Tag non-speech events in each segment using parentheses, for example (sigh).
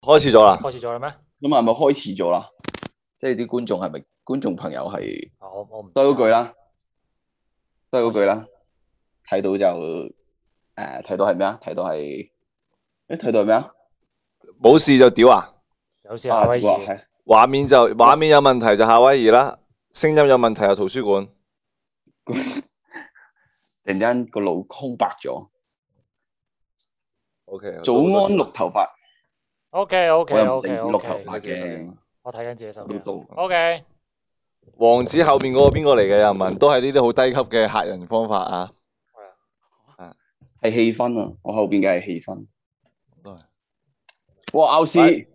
開始咗啦，開始咗啦咩？咁啊，係咪開始咗啦？即係啲觀眾係咪觀眾朋友係啊我我唔都係嗰句啦，都係嗰句啦。睇到就誒，呃睇到係咩啊？睇到係誒，睇到係咩啊？冇事就屌啊！有時夏啊，威夷哇係畫面就畫面有問題就夏威夷啦，聲音有問題就圖書館。突然間個腦空白咗。 O K，早安綠頭髮， ，OK 我 OK 又唔整 OK 指綠頭髮 OK，嘅，我睇緊自己手機老。道。 OK，王子後面嗰個邊個嚟嘅？又問，都係呢啲好低級嘅嚇人方法啊！係氣氛啊！我後邊嘅係氣氛都係。哇！歐斯喂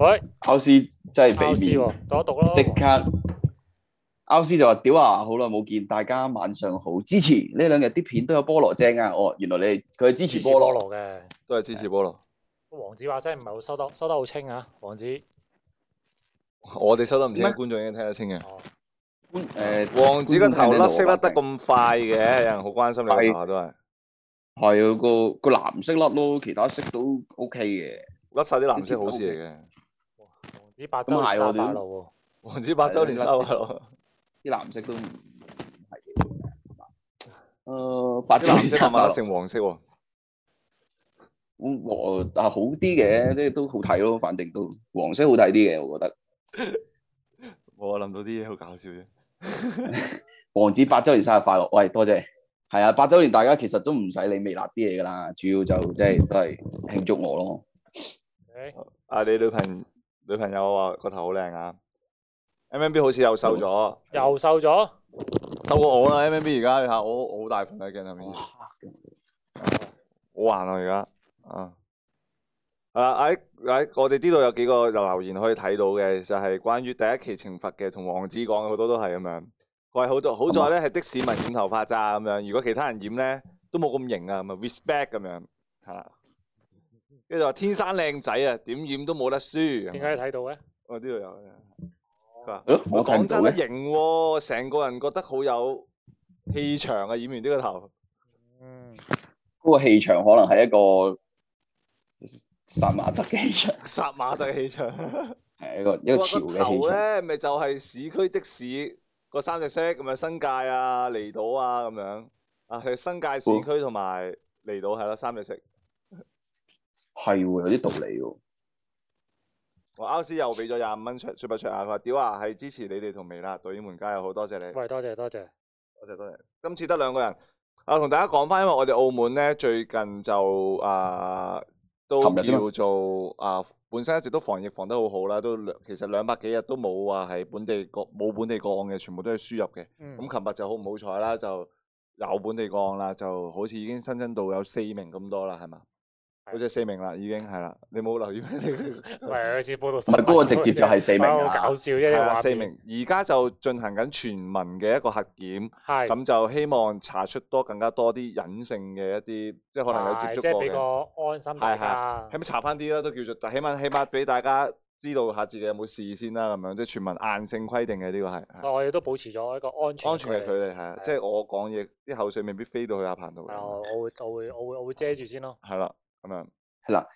喂，歐斯真考係俾試面，喎，讀一讀咯。即刻歐斯就話：屌啊！好耐冇見，大家晚上好，支持呢兩日啲片都有菠蘿正啊！哦，原來你係佢係支持 (laughs) 菠蘿，蘿嘅。都係支持菠蘿。王子話聲唔係好收得收得好清啊，王子。我哋收得唔清，咩觀眾已經聽得清嘅。哦，誒王子個頭甩色甩得咁快嘅，有人好關心你個係頭髮都係係啊，個個藍色甩咯，其他色都 OK 嘅。甩晒啲藍色好事嚟嘅。(laughs) 王子八周年咁係生喎日快樂喎。王子八周年生日快樂，啲藍色都唔係嘅。誒，白啲色藍色慢慢甩成黃色喎。黃，但係啊好啲嘅，即係都好睇咯。反正都黃色好睇啲嘅，我覺得。我啊諗到啲嘢好搞笑啫。王子八周年生日快樂！喂，多謝。係啊，八周年大家其實都唔使理微辣啲嘢㗎啦，主要就即係都係慶祝我咯。 OK，啊，你女朋女朋友話個頭好靚啊！M M B 好似又瘦咗，又瘦咗。瘦過我啦！M M B 而家你睇我我好大盤喺鏡入面，哇好閒啊而家啊！啊喺喺我哋呢度有幾個留言可以睇到嘅，就係、關於第一期懲罰嘅，同王子講嘅好多都係咁樣。佢係好多好在咧係的士民染頭髮咋咁樣，如果其他人染咧都冇咁型啊，咪 respect 咁樣係啦。跟住就話天生靚仔啊，點染都冇得輸。點解你睇到嘅？我哦呢度有嘅。誒我睇講唔到真啊，嘅，型喎、成個人覺得好有氣場啊！染完呢個頭， (laughs) 嗯，嗰個氣場可能係一個薩馬特嘅氣場，殺馬特氣場。係一個一個潮哇個嘅氣頭場。咧，咪就係市區的士個三隻色，咁啊新界啊、離島啊咁樣。啊，係新界市區同埋離島係啦，三隻色。係喎，有啲道理喎。我啱先又俾咗廿五蚊出 super chat 啊！佢話：屌啊，係支持你哋同微辣隊門加油，好多謝你。喂，多謝多謝。多謝多謝。今次得兩個人，啊，同大家講翻，因為我哋澳門咧最近就啊都琴日啫叫做啊本身一直都防疫防得好好啦，都兩其實兩百幾日都冇話係本地個冇本地個案嘅，全部都係輸入嘅。嗯，咁琴日就好唔好彩啦，就有本地個案啦，就好似已經新增到有四名咁多啦，係嘛？係好似係四名啦，已經係啦。你冇留意咩？唔係有次報道。唔唔係嗰個直 (laughs) 接就係四名好啊搞，笑啫，呢係個啦，畫四面。名。而家就進行緊全民嘅一個核檢。係。咁就希望查出多更加多啲隱性嘅一啲，即係可能有接係觸即係過俾嘅。個安心大家。係咪查翻啲啦？都叫做，但起碼起碼俾大家知道下自己有冇事先啦，咁樣即係全民硬性規定嘅呢個係所以我哋都保持咗一個安係哦全安全嘅距離係啊係即係我講嘢啲口水未必飛到去阿彭度嘅，係啊，我我會我會我會我會遮住先咯。係啦咁樣。係啦。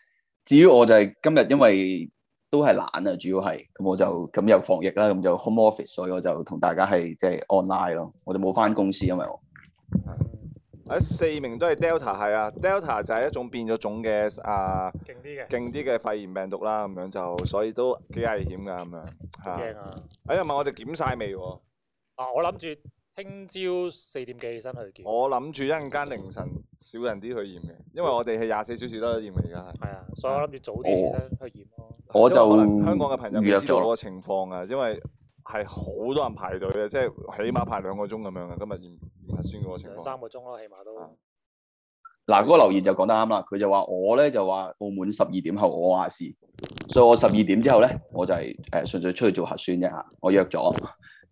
至於我就係今日因為都係懶啊，主要係咁我就咁又防疫啦，咁就 home office，所以我就同大家係即係 online 咯，我就冇翻公司，因為我喺四名都係 Delta 係啊，Delta 就係一種變咗種嘅啊勁啲嘅，勁啲嘅肺炎病毒啦，咁樣就所以都幾危險㗎咁樣係啊驚啊！哎呀問我哋檢晒未喎？啊，我諗住聽朝四點幾起身去見，我諗住一陣間凌晨少人啲去驗嘅，因為嗯我哋係廿四小時都得驗嘅而家係。係啊，所以我諗住早啲起身去驗咯。我就因為可能香港嘅朋友預約未知道咗嗰咯個情況啊，因為係好多人排隊嘅，即係起碼排兩個鐘咁樣嘅。今日驗驗核酸嗰個情兩況三，個鐘咯，起碼都啊嗱嗰個留言就講得啱啦，佢就話我咧就話澳門十二點後我話事，所以我十二點之後咧我就係誒純粹出去做核酸啫嚇，我約咗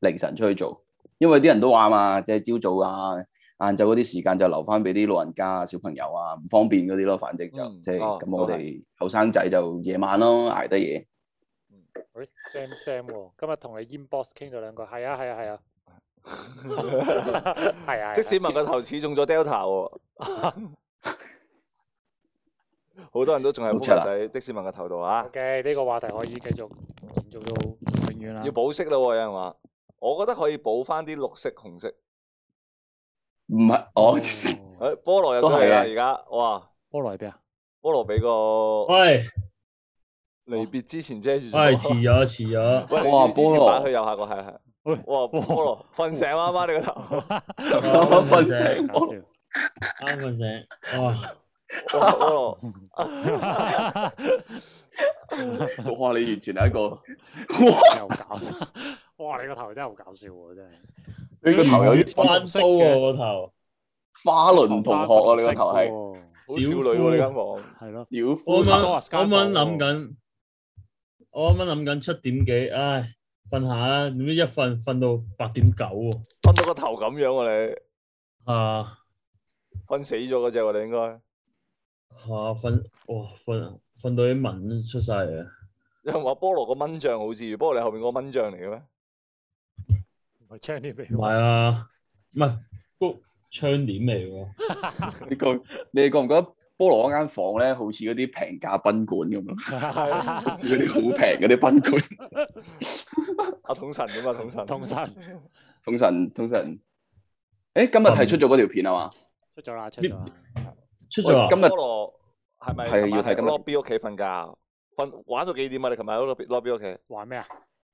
凌晨出去做，因為啲人都話嘛，即係朝早啊。晏晝嗰啲時間就留翻俾啲老人家啊、小朋友啊，唔方便嗰啲咯。反正就嗯即係哦咁，我都係哋後生仔就夜晚咯，捱得夜。喂 Sam Sam 喎，今日同你 inbox 傾咗兩個，係啊係啊係啊， (laughs) 係啊， (laughs) 即使問個頭似中咗 Delta 喎，好多人都仲係冇錯 focus 啦喺的士文嘅頭度啊，à. OK，呢個話題可以繼續延續到永嗯遠啦。要保色咯喎，有人話，我覺得可以補翻啲綠色、紅色。唔係哦我 (laughs) 诶，菠蘿又出嚟啦，都而家哇，菠蘿喺邊啊？菠蘿俾個喂離別之前遮住哎咗。喂，遲咗遲咗， (laughs) 喂，哎哇你之前菠蘿擺去右下角係係。喂哇，菠蘿瞓醒啦，媽你個頭。啱啱瞓醒，搞笑啱瞓醒，哇！哇菠 (laughs) 哇！你完全係一個，又搞笑，哇！你個頭真係好搞笑喎，真係。你個頭有啲彎刀喎個頭，花輪同學啊！(laughs) 你個頭係蘿係。好少女喎呢間房。係咯，屌夫我啱差唔多啊啱我啱啱諗緊，我啱啱諗緊七點幾，唉，瞓下啦，點知一瞓瞓到八點九喎，瞓到個頭咁樣喎啊你，瞓死咗嗰只喎你應該。 (laughs) 嚇瞓，哇瞓瞓到啲蚊都出晒嚟啊！有人話菠蘿個蚊帳好似，菠蘿你後面個蚊帳嚟嘅咩？唔係將啲俾唔係啊，唔係個窗簾嚟喎。你覺你覺唔覺得菠蘿嗰間房咧，好似嗰啲平價賓館 (laughs) 咁樣，我。嗰啲好平嗰啲賓館。阿統神點啊？統神。同神通神通神，誒今日提出咗嗰條片啊嘛？出咗啦，出咗啦。出咗啊喂！今日菠蘿係咪？係啊要睇今日 lobby 屋企瞓覺，瞓玩到幾點啊？你琴日喺 lobby lobby 屋企？玩咩啊？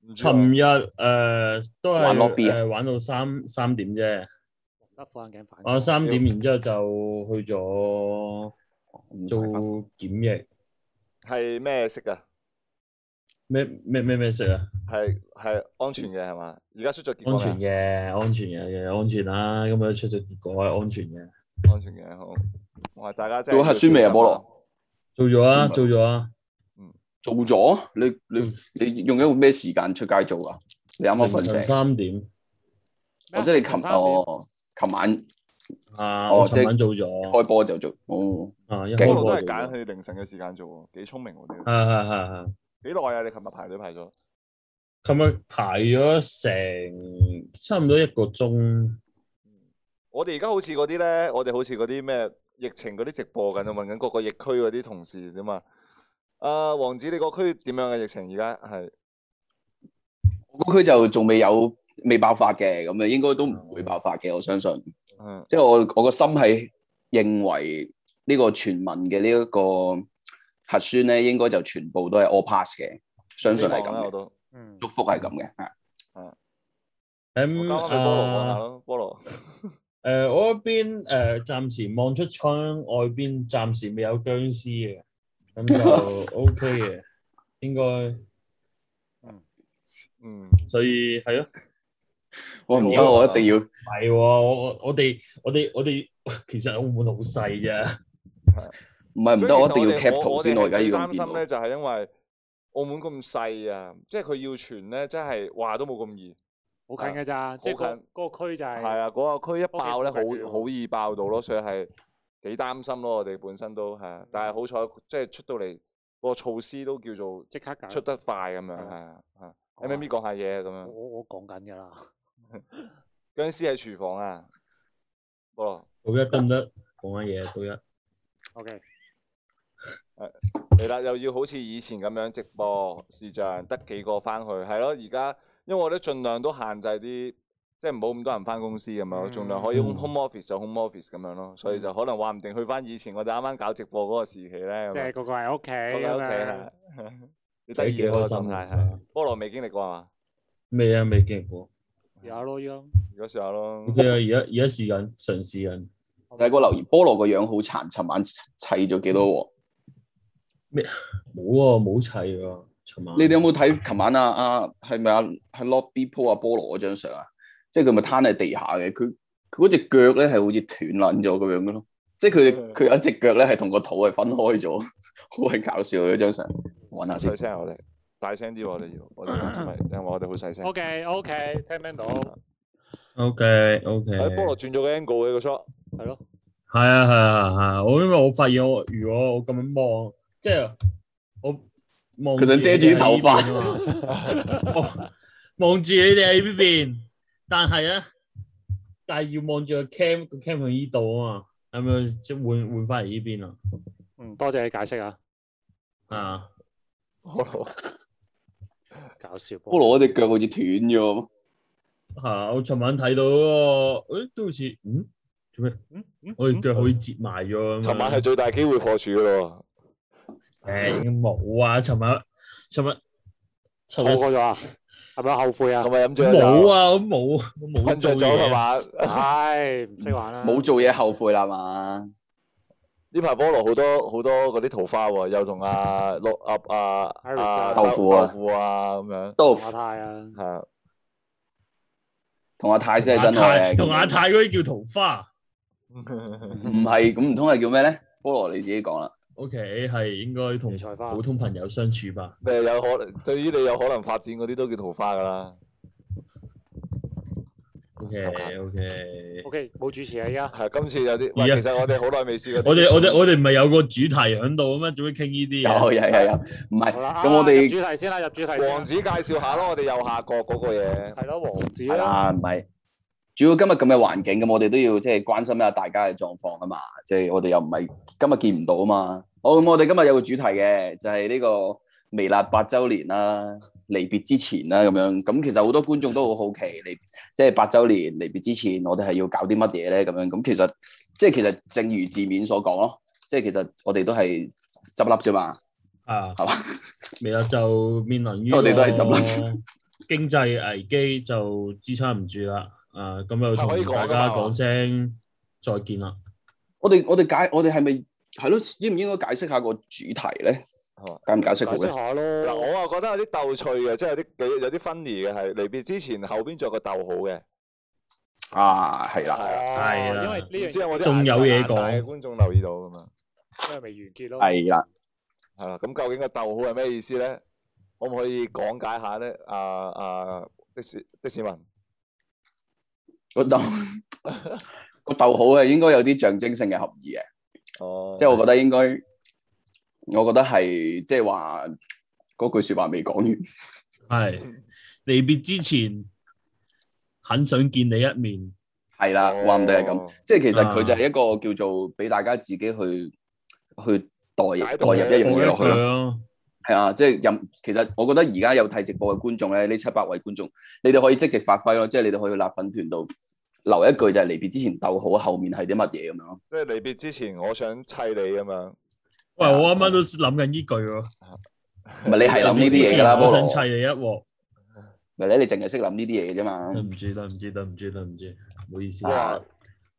唔知喎尋日誒都係玩 lobby 啊誒玩到三三點啫，得副眼鏡反玩到三點，然之後就去咗做檢疫，係咩色㗎？咩咩咩咩食啊？係係安全嘅係嘛？而家出咗結果安未啊全嘅，安全嘅，安全啦。咁樣出咗結果係安全嘅，啊安全嘅好。哇！大家真係做核酸未啊？菠蘿做咗啊，嗯做咗啊，做咗？你你你用咗咩時間出街做啊？你啱啱凌瞓醒，晨三點啊或者你琴三點哦，琴晚啊，哦我即尋係晚做咗開波就做。哦，啊，一要開小心啊。菠蘿菠都波係做揀咗，去凌晨嘅時間做喎，幾聰明喎屌！係係係係。幾耐啊？你琴日排隊排咗？琴日排咗成差唔多一個鐘，我哋而家好似嗰啲咧，我哋好似嗰啲咩疫情嗰啲直播緊，啊問緊各個疫區嗰啲同事點啊？啊，王子，你個區點樣啊嘅疫情而家係？我嗰區就仲未有未爆發嘅，咁啊應該都唔會爆發嘅，我相信。嗯即係我我個心係認為呢個全民嘅呢一個核酸咧，應該就全部都係 all pass 嘅，相信係希咁望啦我嘅，都。嗯祝，福係咁嘅。啊係我咁交翻俾菠蘿望下啊咯，菠蘿。誒、我嗰邊誒、暫時望出窗外邊，暫時未有僵屍嘅，(laughs) 咁就 OK 嘅，應該，嗯，所以係咯，我唔得，我一定要。唔係喎，我我我哋我哋我哋 (laughs) 其實澳門好細啫，唔係唔得，所以其我一實定要哋 cap 我圖我先，哋我而家要最用擔電心咧，腦。就係因為澳門咁細啊，即係佢要傳咧，真係話都冇咁易。好近㗎咋，即係哦好嗰近嗰個區就係係啊，嗰個區一爆咧，屋企附近好好易爆到咯，所以係幾擔心咯。我哋本身都係啊，但係好彩即係出到嚟個措施都叫做即刻搞出得快咁樣，係係啊係啊。M M B 講下嘢啊咁我樣，我我講緊㗎啦，僵屍喺廚房啊，哦菠蘿，到一得唔得？講緊嘢到一， OK，嚟啦，又要好似以前咁樣直播視像，得幾個翻去，係咯。而家因為我都盡量都限制啲，即係唔好咁多人翻公司咁樣，盡量可以嗯 home office 就 home office 咁樣咯。所以就可能話唔定去翻以前我哋啱啱搞直播嗰個時期咧，咁即樣係個個喺屋企我咁哋屋企樣係。你得睇意幾嘅嗰個開心心態係啊！菠蘿未經歷過係嘛？未啊，未經歷過有咯，依家如果試下咯， ，OK 啊，而家而家試緊，嘗試緊，大哥留言，菠蘿個樣好殘，尋晚砌咗幾多鑊？冇啊，冇砌喎，尋晚你哋有冇睇琴晚啊？啊，係咪啊？喺 lobby po 啊菠蘿嗰張相啊？即係佢咪攤喺地下嘅，佢佢嗰只腳咧係好似斷撚咗咁樣嘅咯。即係嗯佢佢有一隻腳咧係同個肚係分開咗， (laughs) 好鬼搞笑嘅嗰張相。揾下先細，聲啊我哋，大聲啲喎我哋 (laughs) 要，我哋唔係因為我哋好細聲。 OK OK，聽唔聽到？ (laughs) ？OK OK，誒菠蘿轉咗個 angle 嘅個 shot，係咯，係啊係啊係啊！我因為我發現我如果我咁樣望，即係我望佢想遮住啲頭髮髮，我 (laughs) 望住你哋喺呢邊，但係咧，但係要望住個 cam 個 cam 喺呢度啊嘛，係咪即係換換翻嚟呢邊啊？嗯，多謝你解釋啊，啊，菠蘿搞笑菠菠蘿嗰只腳好似斷咗咁，吓！我尋晚睇到嗰個，誒都好似，嗯，做咩？Ừ, 嗯嗯我只腳好似折埋咗咁樣。啊尋晚係最大機會破處噶咯誒冇啊！尋晚，尋晚，錯尋過日咗啊，係咪後悔喎，啊係？咪飲醉冇啊！我冇，我冇瞓着做嘢咗係？嘛？唉，唔識玩啦，冇做嘢後悔啦嘛。呢排菠蘿好多好多嗰啲桃花喎，又同阿六阿阿 Iris 阿啊豆腐啊豆腐啊咁樣，都馬太啊，係啊， (laughs) 同阿泰先係阿真愛泰嚟同阿泰嗰啲叫桃花。唔係咁唔通係叫咩咧？菠蘿你自己講啦。 O K，係應該同奇才花普通朋友相處吧？你有可能對於你有可能發展嗰啲都叫桃花噶啦。 O K O K， ，OK，冇主持啊，而家係今次有啲，喂，而家其實我哋好耐未試過。我哋我哋我哋唔係有個主題喺度嘅咩？做咩傾呢啲有嘢？有有有，唔係好啦，咁我啊入哋主題先啦，入主題先啦王子介紹下咯，我哋右下角嗰個嘢。係咯，王子係啦，啦，唔係。主要今日咁嘅環境，咁我哋都要即係關心一下大家嘅狀況啊嘛。即係我哋又唔係今日見唔到啊嘛。好，咁我哋今日有個主題嘅，就係呢個微辣八週年啦，離別之前啦咁樣。咁其實好多觀眾都好好奇，離即係八週年離別之前，我哋係要搞啲乜嘢咧？咁樣咁其實即係其實正如字面所講咯，即係其實我哋都係執笠啫嘛。啊，係嘛？未啦，就面臨於我哋都係個執經濟危機，就支撐唔住啦。啊，咁又係可以講同㗎嘛大家講聲再見啦。我哋我哋解我哋係咪係咯？應唔應該解釋下個主題咧好啊？解唔解釋解好釋咧？嗱，下咯，我啊覺得有啲逗趣嘅，即係有啲幾有啲 funny 嘅係離別之前後邊仲有個逗號嘅，啊，係啦。係啊，係 à? 啦哦因為呢樣然之後我啲仲眼有大嘢眼大嘅講觀眾留意到咁啊，因為未完結咯，係啦，係啦，咁究竟個逗號係咩意思咧？可唔可以講解下咧？啊啊的士的士民，個逗 (laughs) 個逗號啊，應該有啲象徵性嘅含義嘅，哦即係我覺得應該，我覺得係即係話嗰句説話未講完，係嗯離別之前，很想見你一面。係啦，話唔定係咁，哦，即係其實佢就係一個叫做俾大家自己去去代入解代讀入一樣嘅嘢落去咯。咯。係啊，即係任其實我覺得而家有睇直播嘅觀眾咧，呢七百位觀眾，你哋可以即席發揮咯，即係你哋可以去辣粉團度留一句就係離別之前逗號，後面係啲乜嘢咁樣咯。即係離別之前，我想砌你咁樣，喂，啊我啱啱都諗緊呢句喎。唔係你係諗呢啲嘢㗎啦，菠我想砌蘿。你一鑊。咪咧，你淨係識諗呢啲嘢嘅啫嘛。對唔住，對唔住，對唔住，對唔住，唔好意思。啊哇！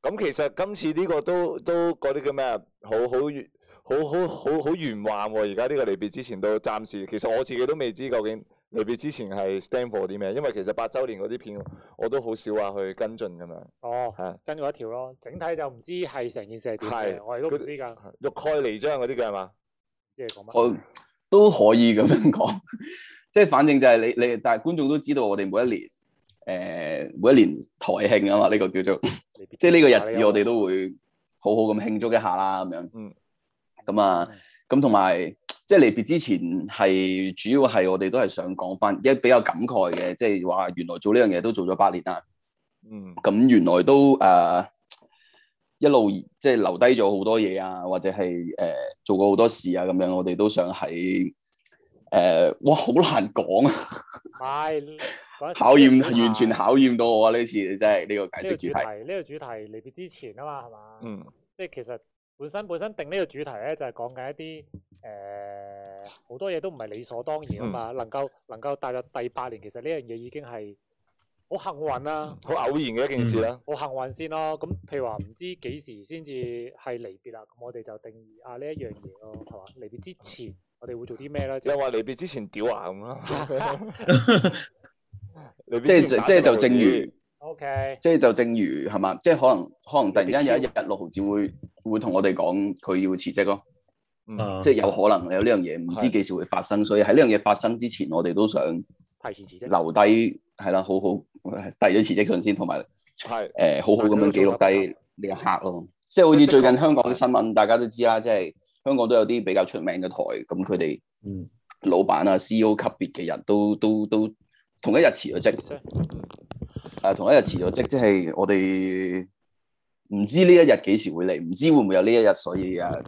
咁其實今次呢個都都嗰啲叫咩啊？好好玄好好好好玄幻喎！而家呢個離別之前到暫時，其實我自己都未知究竟離別之前係 stand for 啲咩，因為其實八週年嗰啲片我都好少話去跟進咁樣。哦係，跟住一條咯，整體就唔知係成件事係點係嘅，我哋都唔知㗎，唔欲蓋彌彰嗰啲嘅係嘛？知係講乜。我都可以咁樣講， (laughs) 即係反正就係你你，但係觀眾都知道我哋每一年誒、每一年台慶啊嘛，呢、個叫做離別即係呢個啊之前日子，我哋都會好好咁慶祝一下啦，咁樣。嗯。咁啊，咁同埋即係離別之前係主要係我哋都係想講翻一比較感慨嘅，即係話原來做呢樣嘢都做咗八年啦。嗯，咁原來都誒、呃一路即係留低咗好多嘢啊，或者係誒、呃做過好多事啊咁樣，我哋都想喺誒、呃哇好難講啊！唔係嗰陣時考驗呢個主題完全考驗到我啊！呢次真係呢個解呢釋個主主題題呢個主題離別之前啊嘛，係嘛？嗯，即係其實本身本身定呢個主題咧，就係講緊一啲誒好多嘢都唔係理所當然啊嗯嘛，能夠能夠踏入第八年，其實呢樣嘢已經係好幸運嗯啦，好偶然嘅一件事啦。好幸運先咯。咁譬如話唔知幾時先至係離別啦，咁我哋就定義啊呢一樣嘢咯，係嘛？離別之前我哋會做啲咩咧？即即係係話離別之前屌牙咁 (laughs) 咯。離別即係之就前即係就打死個正如自己 OK 即係就正如係嘛，即係可能可能突然間有一日六毫子會會同我哋講佢要辭職咯，嗯啊即係有可能有呢樣嘢唔知幾時會發生，所以喺呢樣嘢發生之前，我哋都想提前辭職，留低係啦，好好遞咗辭職信先，同埋。係誒、呃好好咁樣記錄低呢一刻咯。即係好似最近香港嘅新聞，大家都知啦，即係香港都有啲比較出名嘅台，咁佢哋嗯，老闆啊、CEO 級別嘅人都都都同一日辭咗職，誒、同一日辭咗職，即係我哋唔知呢一日幾時會嚟，唔知會唔會有呢一日，所以誒、啊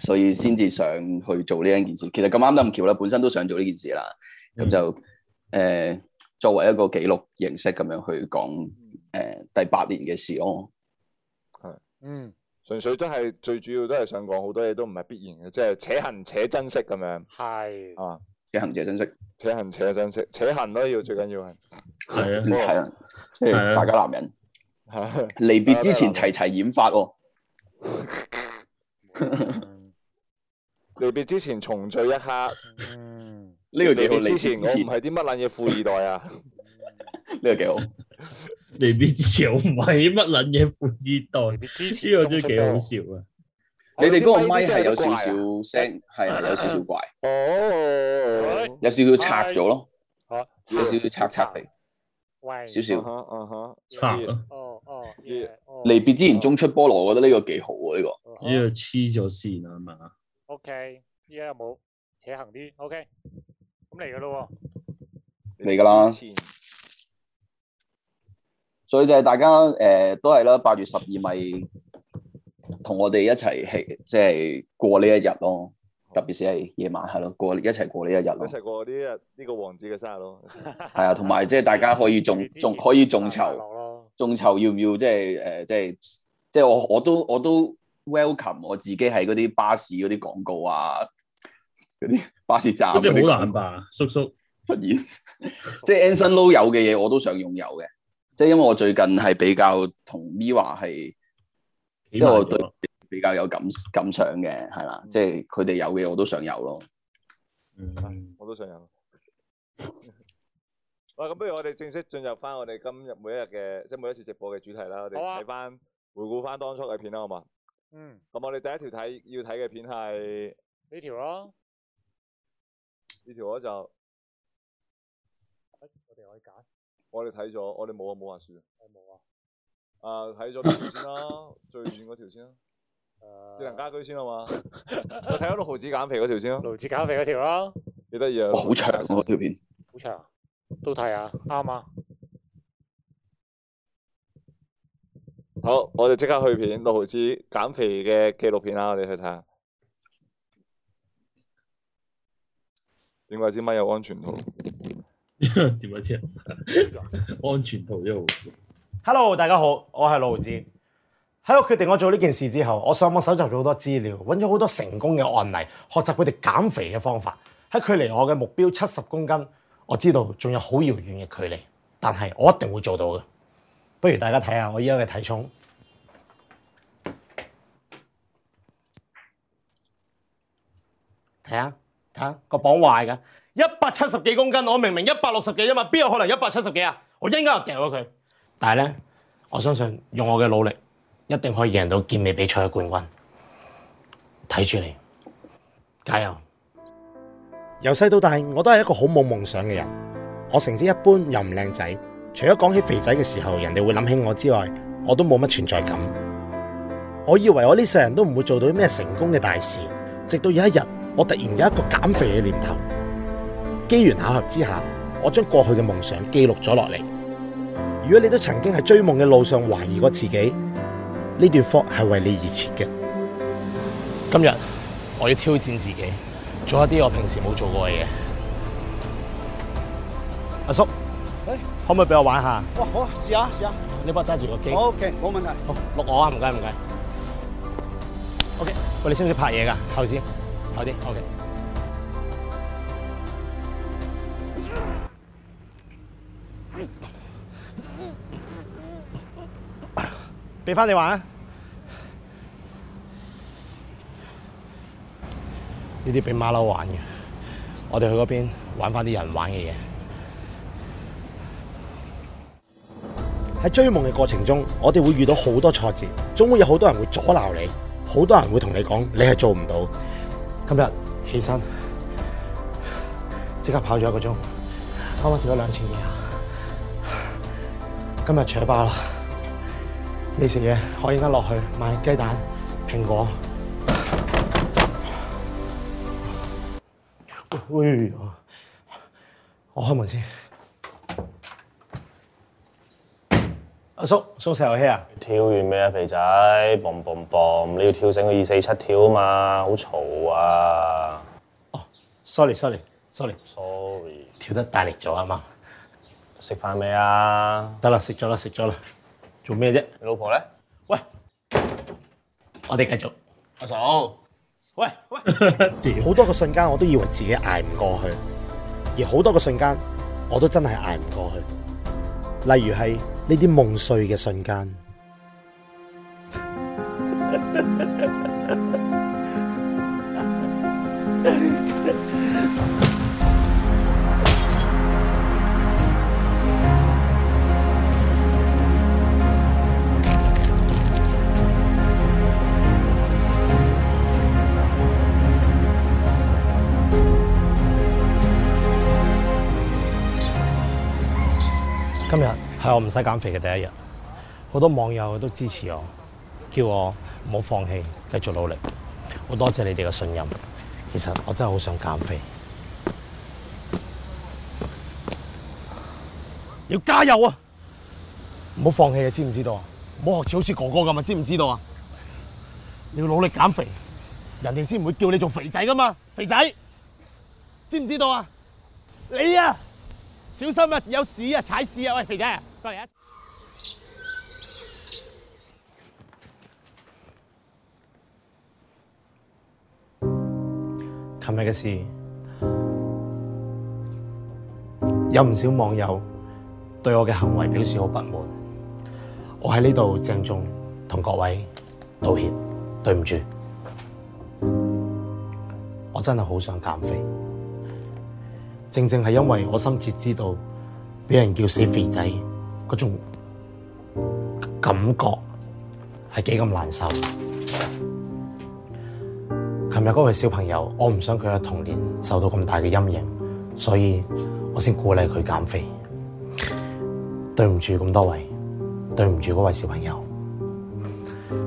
所以先至想去做呢一件事。其實咁啱得咁巧啦，本身都想做呢件事啦，嗯咁就诶、呃作為一個記錄形式咁樣去講诶、呃第八年嘅事咯。嗯，純粹都係最主要都係想講好多嘢都唔係必然嘅，即係且行且珍惜咁樣係。啊，嘅行者珍惜哦且行且珍惜，且行咯要最緊要係 (laughs) 係啊，係啊，即係啊係大家男人係離別之前齊齊染髮喎，離別之前重聚一刻，嗯，呢個離幾好。別離別之之前我前唔呢係啲乜撚嘢富二代啊，個幾好。離別之前我唔係乜撚嘢富二代，你支持呢個真係幾好笑啊！ (laughs) 你哋嗰個咪啲係有少怪啊少聲，係啊係有少少怪，哦，有少少拆咗咯，好，有少少拆拆地，喂，少啊少。哈啊哈，拆啊！哦哦，哦離別之前中出菠蘿，我覺得呢個幾好喎，呢個。啊呢個黐咗線啊嘛， O K，依家有冇扯行啲？O K，咁嚟噶咯嚟㗎啦之前所以就係大家誒、呃都係啦，八月十二咪同我哋一齊係即係過呢一日咯，特別是係夜晚係咯，過一齊過呢一日一咯，齊過呢日呢個王子嘅生日咯，喎。係係啊，同埋即係大家可以眾眾可以眾籌，咯。眾籌要唔要即係誒即係即係我我都我都 welcome 我自己喺嗰啲巴士嗰啲廣告啊，嗰啲巴士站嗰嗰啲啲啊好難吧，叔叔。出現， (laughs) 即係 Anson Low 有嘅嘢我都想擁有嘅，即係因為我最近係比較同 Miwa 係。即即係我對比較有感感想嘅，係啦，即係佢哋有嘅我都想有咯。我都想有。 (laughs) 喂，咁不如我哋正式進入翻我哋今日每一日嘅，即係每一次直播嘅主題啦。我哋好啊睇翻回顧翻當初嘅片啦，好嘛？嗯，咁我哋第一條睇要睇嘅片係呢條咯，呢條嗰就我哋可以揀。我哋睇咗，我哋冇啊冇話説。我冇啊。啊，睇咗邊條先啦，最遠嗰條先啦，智能誒，家居先好啊嘛？我睇咗六毫子減肥嗰條先啦，勞子減肥嗰條啦，幾得意啊！哇，好長喎條片，好長啊，都睇啊，啱啊。好，我哋即刻去片六毫子減肥嘅紀錄片啦，我哋去睇下。點解支咪有安全套？ (laughs) 點解知啊？安全套一號， Hello，大家好，我係盧子。喺我決定我做呢件事之後，我上網搜集咗好多資料，揾咗好多成功嘅案例，學習佢哋減肥嘅方法。喺距離我嘅目標七十公斤，我知道仲有好遙遠嘅距離，但係我一定會做到嘅。不如大家睇下我依家嘅體重，睇下睇下個磅壞㗎，一百七十幾公斤，我明明一百六十幾啫嘛，邊有可能一百七十幾啊？我一間就掉咗佢。但係咧，我相信用我嘅努力，一定可以贏到健美比賽嘅冠軍。睇住你，加油！由細到大，我都係一個好冇夢想嘅人。我成績一般，又唔靚仔。除咗講起肥仔嘅時候，人哋會諗起我之外，我都冇乜存在感。我以為我呢世人都唔會做到咩成功嘅大事，直到有一日，我突然有一個減肥嘅念頭。機緣巧合之下，我將過去嘅夢想記錄咗落嚟。如果你都曾經喺追夢嘅路上懷疑過自己，呢段課係為你而設嘅。今日我要挑戰自己，做一啲我平時冇做過嘅嘢。阿叔，可唔可以俾我玩下？哇，好啊，試下試下。你幫我揸住個機， O K，冇問題。好錄我啊，唔該唔該。OK，喂，你識唔識拍嘢㗎？後先，後啲，OK。俾翻你玩啊！呢啲俾馬騮玩嘅，我哋去嗰邊玩翻啲人玩嘅嘢。喺追夢嘅過程中，我哋會遇到好多挫折，總會有好多人會阻撓你，好多人會同你講你係做唔到。今日起身，即刻跑咗一個鐘，啱啱跳咗兩千幾下。今日扯爆啦！你食嘢可以呃落去買雞蛋、蘋果。喂，我開門先。阿叔送石油氣啊？跳完未啊，肥仔？boom boom boom，你要跳醒個二四七跳啊嘛，好嘈啊 sorry sorry sorry， ！Sorry，跳得大力咗啊嘛，食飯未啊？得啦，食咗啦，食咗啦，做咩啫？你老婆咧？喂，我哋繼續。阿嫂，喂喂，好多個瞬間我都以為自己捱唔過去，而好多個瞬間我都真係捱唔過去。例如係呢啲夢碎嘅瞬間。今日係我唔使減肥嘅第一日，好多網友都支持我，叫我唔好放棄，繼續努力。好多謝你哋嘅信任。其實我真係好想減肥，要加油啊！唔好放棄啊，知唔知道啊？唔好學似好似哥哥咁啊，知唔知道啊？你要努力減肥，人哋先唔會叫你做肥仔噶嘛，肥仔，知唔知道啊？你啊！小心啊！有屎啊！踩屎啊！喂，肥仔啊，過嚟啊！琴日嘅事，有唔少網友對我嘅行為表示好不滿。我喺呢度鄭重同各位道歉，對唔住，我真係好想減肥。正正係因為我深切知道，俾人叫死肥仔嗰種感覺係幾咁難受。琴日嗰位小朋友，我唔想佢嘅童年受到咁大嘅陰影，所以我先鼓勵佢減肥。對唔住咁多位，對唔住嗰位小朋友，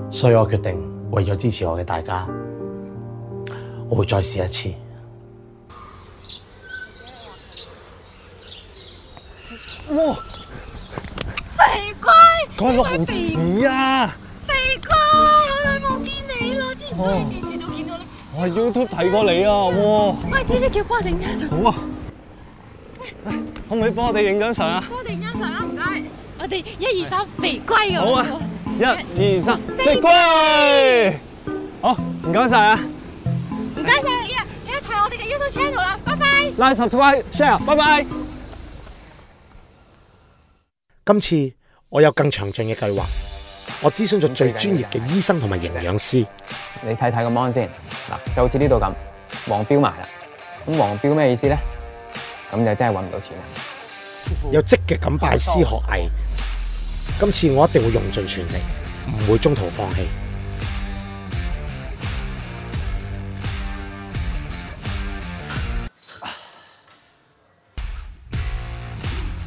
所以我決定為咗支持我嘅大家，我會再試一次。肥龜，佢攞毫子啊！肥龜，好耐冇見你啦！之前哦都喺電視度見到你。我喺啊 YouTube 睇過你啊，哇！喂，姐姐叫幫我哋影張相，好啊，可唔可以幫我哋影張相啊？幫我哋影張相啊，唔該。我哋一二三，肥龜咁。好啊一、二、三，飛龜！好，唔該晒啊唔該晒你啊！記得睇我哋嘅 YouTube channel 啦，拜拜。 ！Like、subscribe、share，拜拜。今次我有更詳盡嘅計劃，我諮詢咗最專業嘅醫生同埋營養師。你睇睇個 mon 先，嗱就好似呢度咁，黃標埋啦。咁黃標咩意思咧？咁就真係揾唔到錢啦。有積極咁拜師學藝。今次我一定會用盡全力，唔會中途放棄。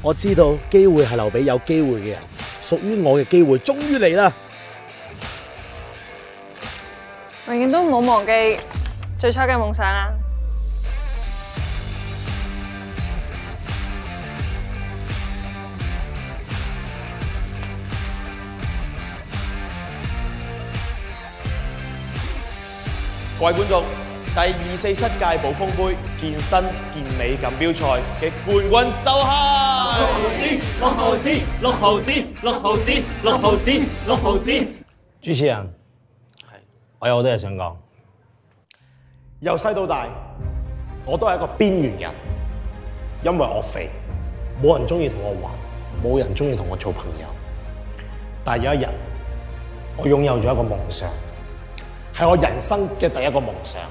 我知道機會係留俾有機會嘅人，屬於我嘅機會終於嚟啦！永遠都唔好忘記最初嘅夢想啊！各位觀眾，第二四七屆寶豐杯健身健美錦標賽嘅冠軍就係、主持人，我有好多嘢想講。由細到大，我都係一個邊緣人，因為我肥，冇人中意同我玩，冇人中意同我做朋友。但係有一日，我擁有咗一個夢想，係我人生嘅第一個夢想，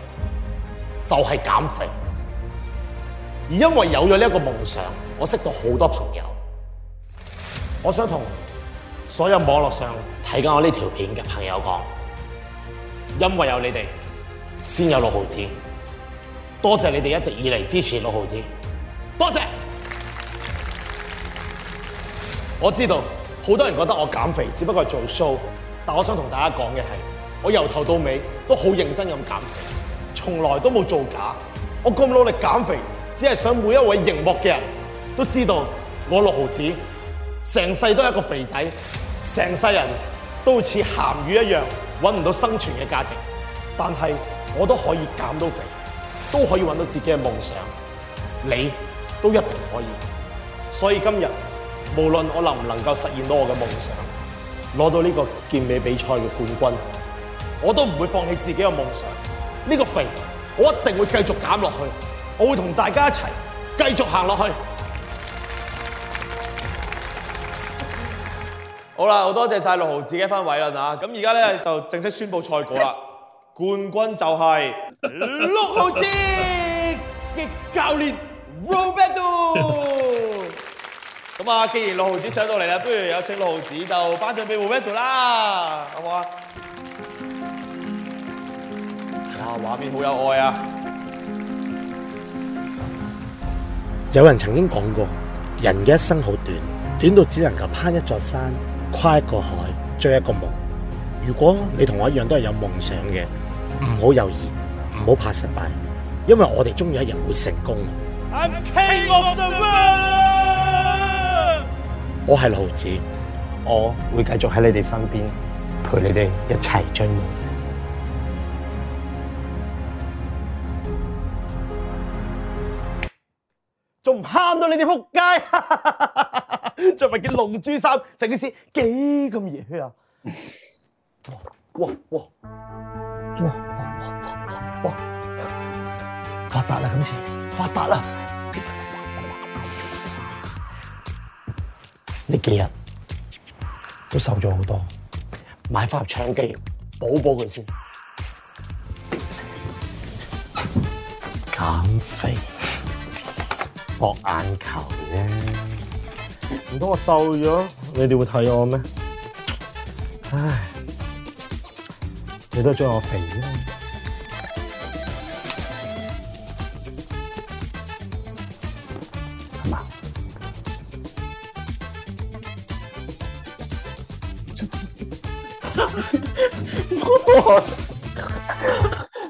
就係、減肥。而因為有咗呢一個夢想，我識到好多朋友。我想同所有網絡上睇緊我呢條片嘅朋友講，因為有你哋，先有六毫子。多謝你哋一直以嚟支持六毫子，多謝。我知道好多人覺得我減肥只不過係做 show，但我想同大家講嘅係，我由頭到尾都好認真咁減肥，從來都冇造假。我咁努力減肥，只係想每一位熒幕嘅人都知道我六毫子成世都係一個肥仔，成世人都好似鹹魚一樣揾唔到生存嘅價值，但係我都可以減到肥，都可以揾到自己嘅夢想，你都一定可以。所以今日無論我能唔能夠實現到我嘅夢想，攞到呢個健美比賽嘅冠軍，我都唔會放棄自己嘅夢想。呢、個肥我一定會繼續減落去，我會同大家一齊繼續行落去。好啦，好多謝晒六毫子嘅一番偉論啊！咁而家咧就正式宣布賽果啦，冠軍就係六毫子嘅教練 Roberto。咁啊，既然六毫子上到嚟啦，不如有請六毫子就頒獎俾 Roberto 啦，好唔好啊？哇，畫面好有愛啊！ (laughs) 有人曾經講過，人嘅一生好短，短到只能夠攀一座山、跨一個海、追一個夢。如果你同我一樣都係有夢想嘅，唔好猶豫，唔好怕失敗，因為我哋終有一日會成功。 I'm king of the world。我係盧子，我會繼續喺你哋身邊，陪你哋一齊追夢。仲唔喊到你 (laughs) 哋仆街？着埋件龍珠衫，成件事幾咁熱血啊！哇哇哇哇哇哇！發達啦今次，發達啦！呢幾日都瘦咗好多，買翻盒槍機補補佢先。減肥。博眼球啫。唔通我瘦咗，你哋會睇我咩？唉，你都中意我肥啦。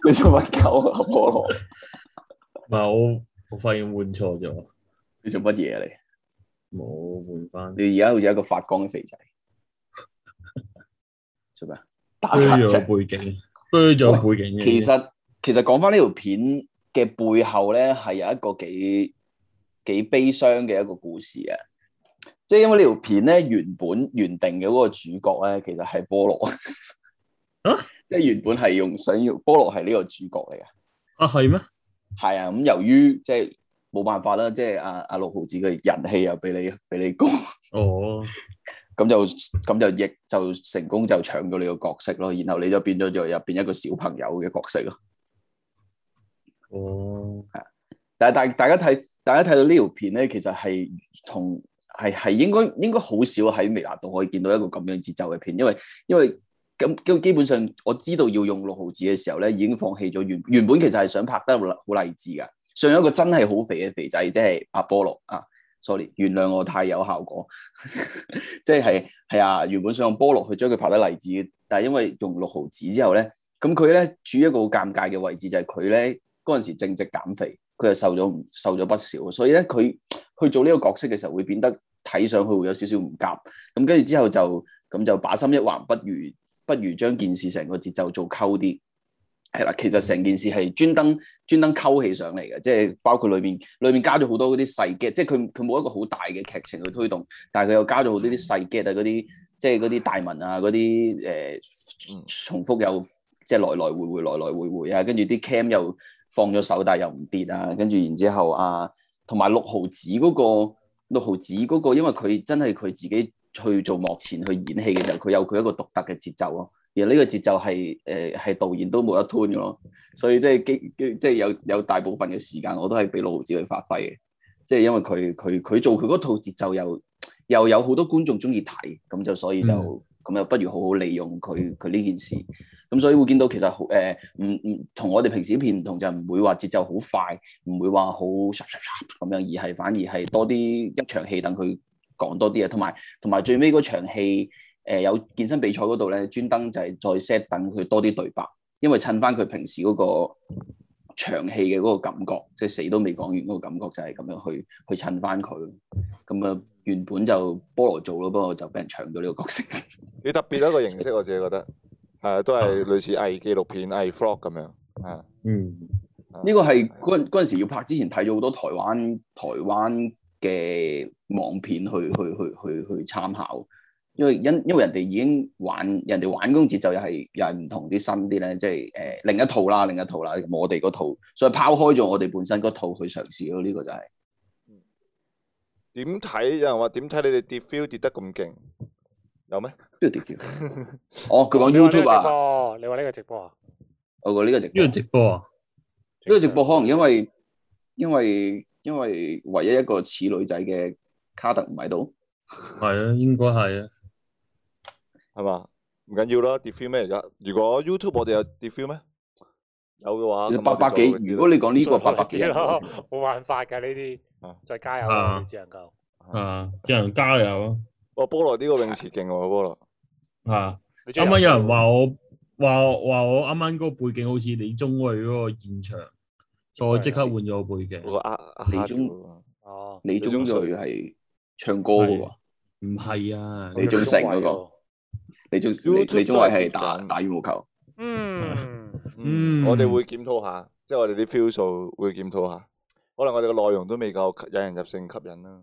你做乜狗啊，菠蘿？唔係我我發現換錯咗，你做乜嘢啊你？冇換翻。你而家好似一個發光嘅肥仔，做咩啊？打背黑咗啫。背景，背咗背景嘅。其實其實講翻呢條片嘅背後咧，係有一個幾幾悲傷嘅一個故事嘅。即係因為呢條片咧原本原定嘅嗰個主角咧，其實係菠蘿。 (laughs) 即係原本係用想要菠蘿係呢個主角嚟嘅。啊，係咩？係啊，咁由於即係冇辦法啦，即係阿阿六毫子嘅人氣又俾你俾你高，哦，咁就咁就亦就成功就搶咗你個角色咯，然後你就變咗做入邊一個小朋友嘅角色咯。哦，係啊，但係大大家睇大家睇到呢條片咧，其實係同係係應該應該好少喺微辣度可以見到一個咁樣節奏嘅片，因為因為咁咁基本上我知道要用六毫子嘅時候咧，已經放棄咗原原本其實係想拍得好勵好勵志噶，上一個真係好肥嘅肥仔，即係阿波羅啊。sorry，原諒我太有效果， (laughs) 即係係啊，原本想用波羅去將佢拍得勵志嘅，但係因為用六毫子之後咧，咁佢咧處於一個好尷尬嘅位置，就係佢咧嗰陣時正值減肥，佢係瘦咗唔瘦咗不少，所以咧佢去做呢個角色嘅時候會變得睇上去會有少少唔夾，咁跟住之後就咁就把心一橫，不如不如將件事成個節奏做溝啲。係啦，其實成件事係專登專登溝起上嚟嘅，即係包括裏面裏面加咗好多嗰啲細 get，即係佢佢冇一個好大嘅劇情去推動，但係佢又加咗好多啲細 get 啊，嗰啲即係嗰啲大文啊，嗰啲誒重複又即係來來回回來來回回啊，跟住啲 cam 又放咗手，但係又唔跌啊，跟住然之後啊，同埋六毫子嗰、個六毫子嗰、個，因為佢真係佢自己去做幕前去演戲嘅時候，佢有佢一個獨特嘅節奏咯。而呢個節奏係誒係導演都冇得 tune 嘅咯，所以即係基基即係有有大部分嘅時間我都係俾六毫子去發揮嘅，即係因為佢佢佢做佢嗰套節奏又又有好多觀眾中意睇，咁就所以就咁又不如好好利用佢佢呢件事，咁所以會見到其實好誒唔唔同我哋平時啲片唔同，就唔會話節奏好快，唔會話好 sharp sharp sharp 咁樣，而係反而係多啲一場戲等佢講多啲嘢，同埋同埋最尾嗰場戲。誒、有健身比賽嗰度咧，專登就係再 set 等佢多啲對白，因為襯翻佢平時嗰、個長戲嘅嗰個感覺，即係死都未講完嗰個感覺，就係咁樣去去襯翻佢。咁啊，原本就菠蘿做咯，不過就俾人搶咗呢個角色。你特別一個形式，我自己覺得係啊都係類似偽紀錄片、偽 vlog 咁樣啊。嗯，呢個係嗰陣嗰陣時要拍之前睇咗好多台灣台灣嘅網片去去去去去參考，因為因因為人哋已經玩人哋玩嗰種節奏又係又係唔同啲新啲咧，即係誒、呃另一套啦，另一套啦，咁我哋嗰套，所以拋開咗我哋本身嗰套去嘗試咯，呢、個就係、點睇？有人話點睇你哋跌 feel 跌得咁勁？有咩？邊度跌 feel？哦，佢講你話呢個 YouTube 直啊，播，你話呢個直播啊？我個呢個直呢個直播啊，呢個直播可能因為因為因為唯一一個似女仔嘅卡特唔喺度。係啊，應該係啊。係嘛？唔緊要啦，跌 feel 咩而家？如果 YouTube 我哋有跌 feel 咩？有嘅話，咁八百幾我哋就如果你講哦啊呢個再八百幾人咯，冇辦法㗎呢啲，再加油啦，啊你只能夠。啊，有人加油哇！哦菠蘿呢個泳池勁喎，菠蘿。啊！啊，你啱啱有人話我話我話我啱啱嗰個背景好似李宗偉嗰個現場，所以啊我即刻換咗個背景。我呃李宗哦李宗瑞係唱歌嘅喎，唔係啊，李宗盛嗰個，李宗李 YouTube 李宗偉係打打羽毛球，嗯嗯，我哋會檢討下，即係我哋啲 feel 數會檢討下。可能我哋嘅內容都未夠吸引人入勝吸引啦。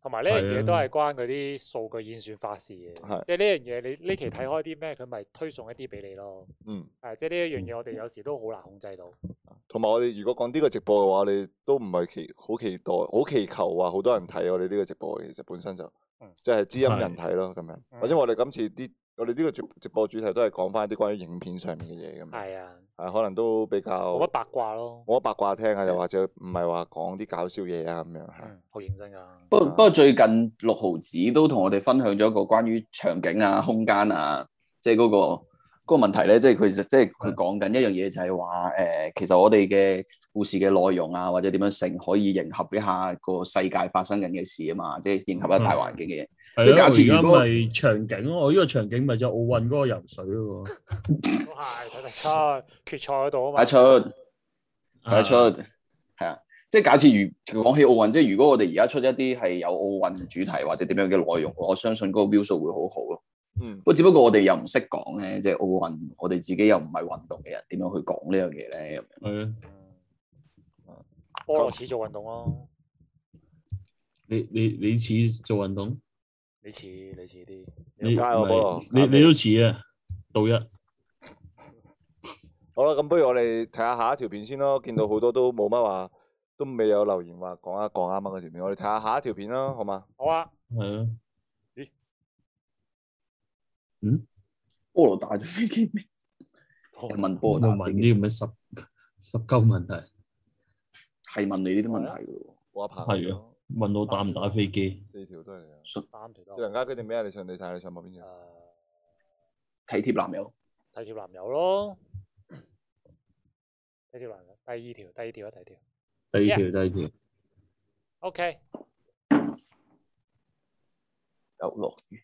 同埋呢樣係啊嘢都係關嗰啲數據演算法事嘅，係即係呢樣嘢你呢期睇開啲咩，佢咪推送一啲俾你咯。嗯，誒，即係呢一樣嘢，我哋有時都好難控制到。同埋我哋如果講呢個直播嘅話，你都唔係期好期待，好祈求話好多人睇我哋呢個直播嘅。其實本身就嗯即係知音人睇咯，咁樣。或者我哋今次啲我哋呢個直直播主題都係講翻啲關於影片上面嘅嘢咁樣。係啊，啊，可能都比較冇乜八卦咯，冇乜八卦聽啊，又或者唔係話講啲搞笑嘢啊咁樣嚇。好認真㗎。不過不過最近六毫子都同我哋分享咗一個關於場景啊、空間啊，即係嗰個嗰、個問題咧，即係佢就即係佢講緊一樣嘢，就係話誒，其實我哋嘅故事嘅內容啊，或者點樣成可以迎合一下個世界發生緊嘅事啊嘛，即係迎合一下大環境嘅嘢。係即係假啊，我而設家如果咪場景咯，我呢個場景咪就奧運嗰個游水咯喎。都係睇得出決賽嗰度啊嘛。睇得出，睇得啊出，係啊。即係假設如講起奧運，即係如果我哋而家出一啲係有奧運主題或者點樣嘅內容，我相信嗰個 view 數會好好咯。嗯不過只不過我哋又唔識講咧，即係奧運，我哋自己又唔係運動嘅人，點樣去講呢樣嘢咧？咁樣。菠蘿似做運動咯，你你你似做運動？你似你似啲。你加唔油菠蘿係你加你都似啊，道一。好啦，咁不如我哋睇下下一條片先咯。見到好多都冇乜話，都未有留言話講一講啱啱啊嗰條片。我哋睇下下一條片啦，好嘛？好啊，係啊。咦？嗯？菠蘿打咗飛機咩？問菠蘿我哦冇打問飛啲機，咁嘅濕濕鳩問題。係問你呢啲問題嘅喎。我拍係啊，問我打唔打飛機？四條都係你啊。三條都智能家居定咩啊？你上你睇你上網邊條？體貼男友。睇條男友咯，睇條男友。第二條，第二條啊，第二條。第二條，第二條。 OK，有落雨。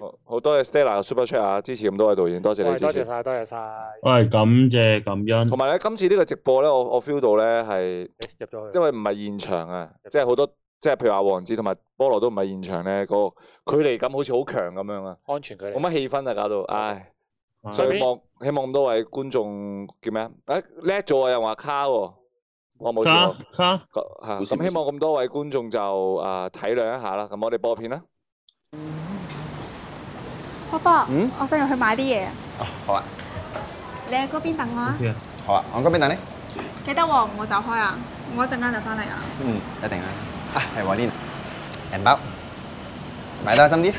好，好多謝 Stella 嘅 Super Chat 啊，支持咁多位導演，多謝你喂，支多謝持。晒，多謝晒。我係感謝感恩。同埋咧，今次呢個直播咧，我我 feel 到咧係入咗去因為唔係現場啊，即係好多即係譬如話王子同埋菠蘿都唔係現場咧，嗰個距離感好似好強咁樣啊，安全距離冇乜氣氛啊，搞到唉。嗯所以望希望咁多位觀眾叫咩啊？誒叻咗啊，又話卡喎，我冇卡錯卡。嚇冇事冇咁事希望咁多位觀眾就誒體諒一下啦。咁我哋播片啦。波波，嗯我想入去買啲嘢，好啊你喺嗰邊等我啊！ ，OK 啊，好啊，我嗰邊等你。記得喎，唔好走開啊！我一陣間就翻嚟啊！嗯，一定啊。啊，係喎呢銀包，買得開心啲。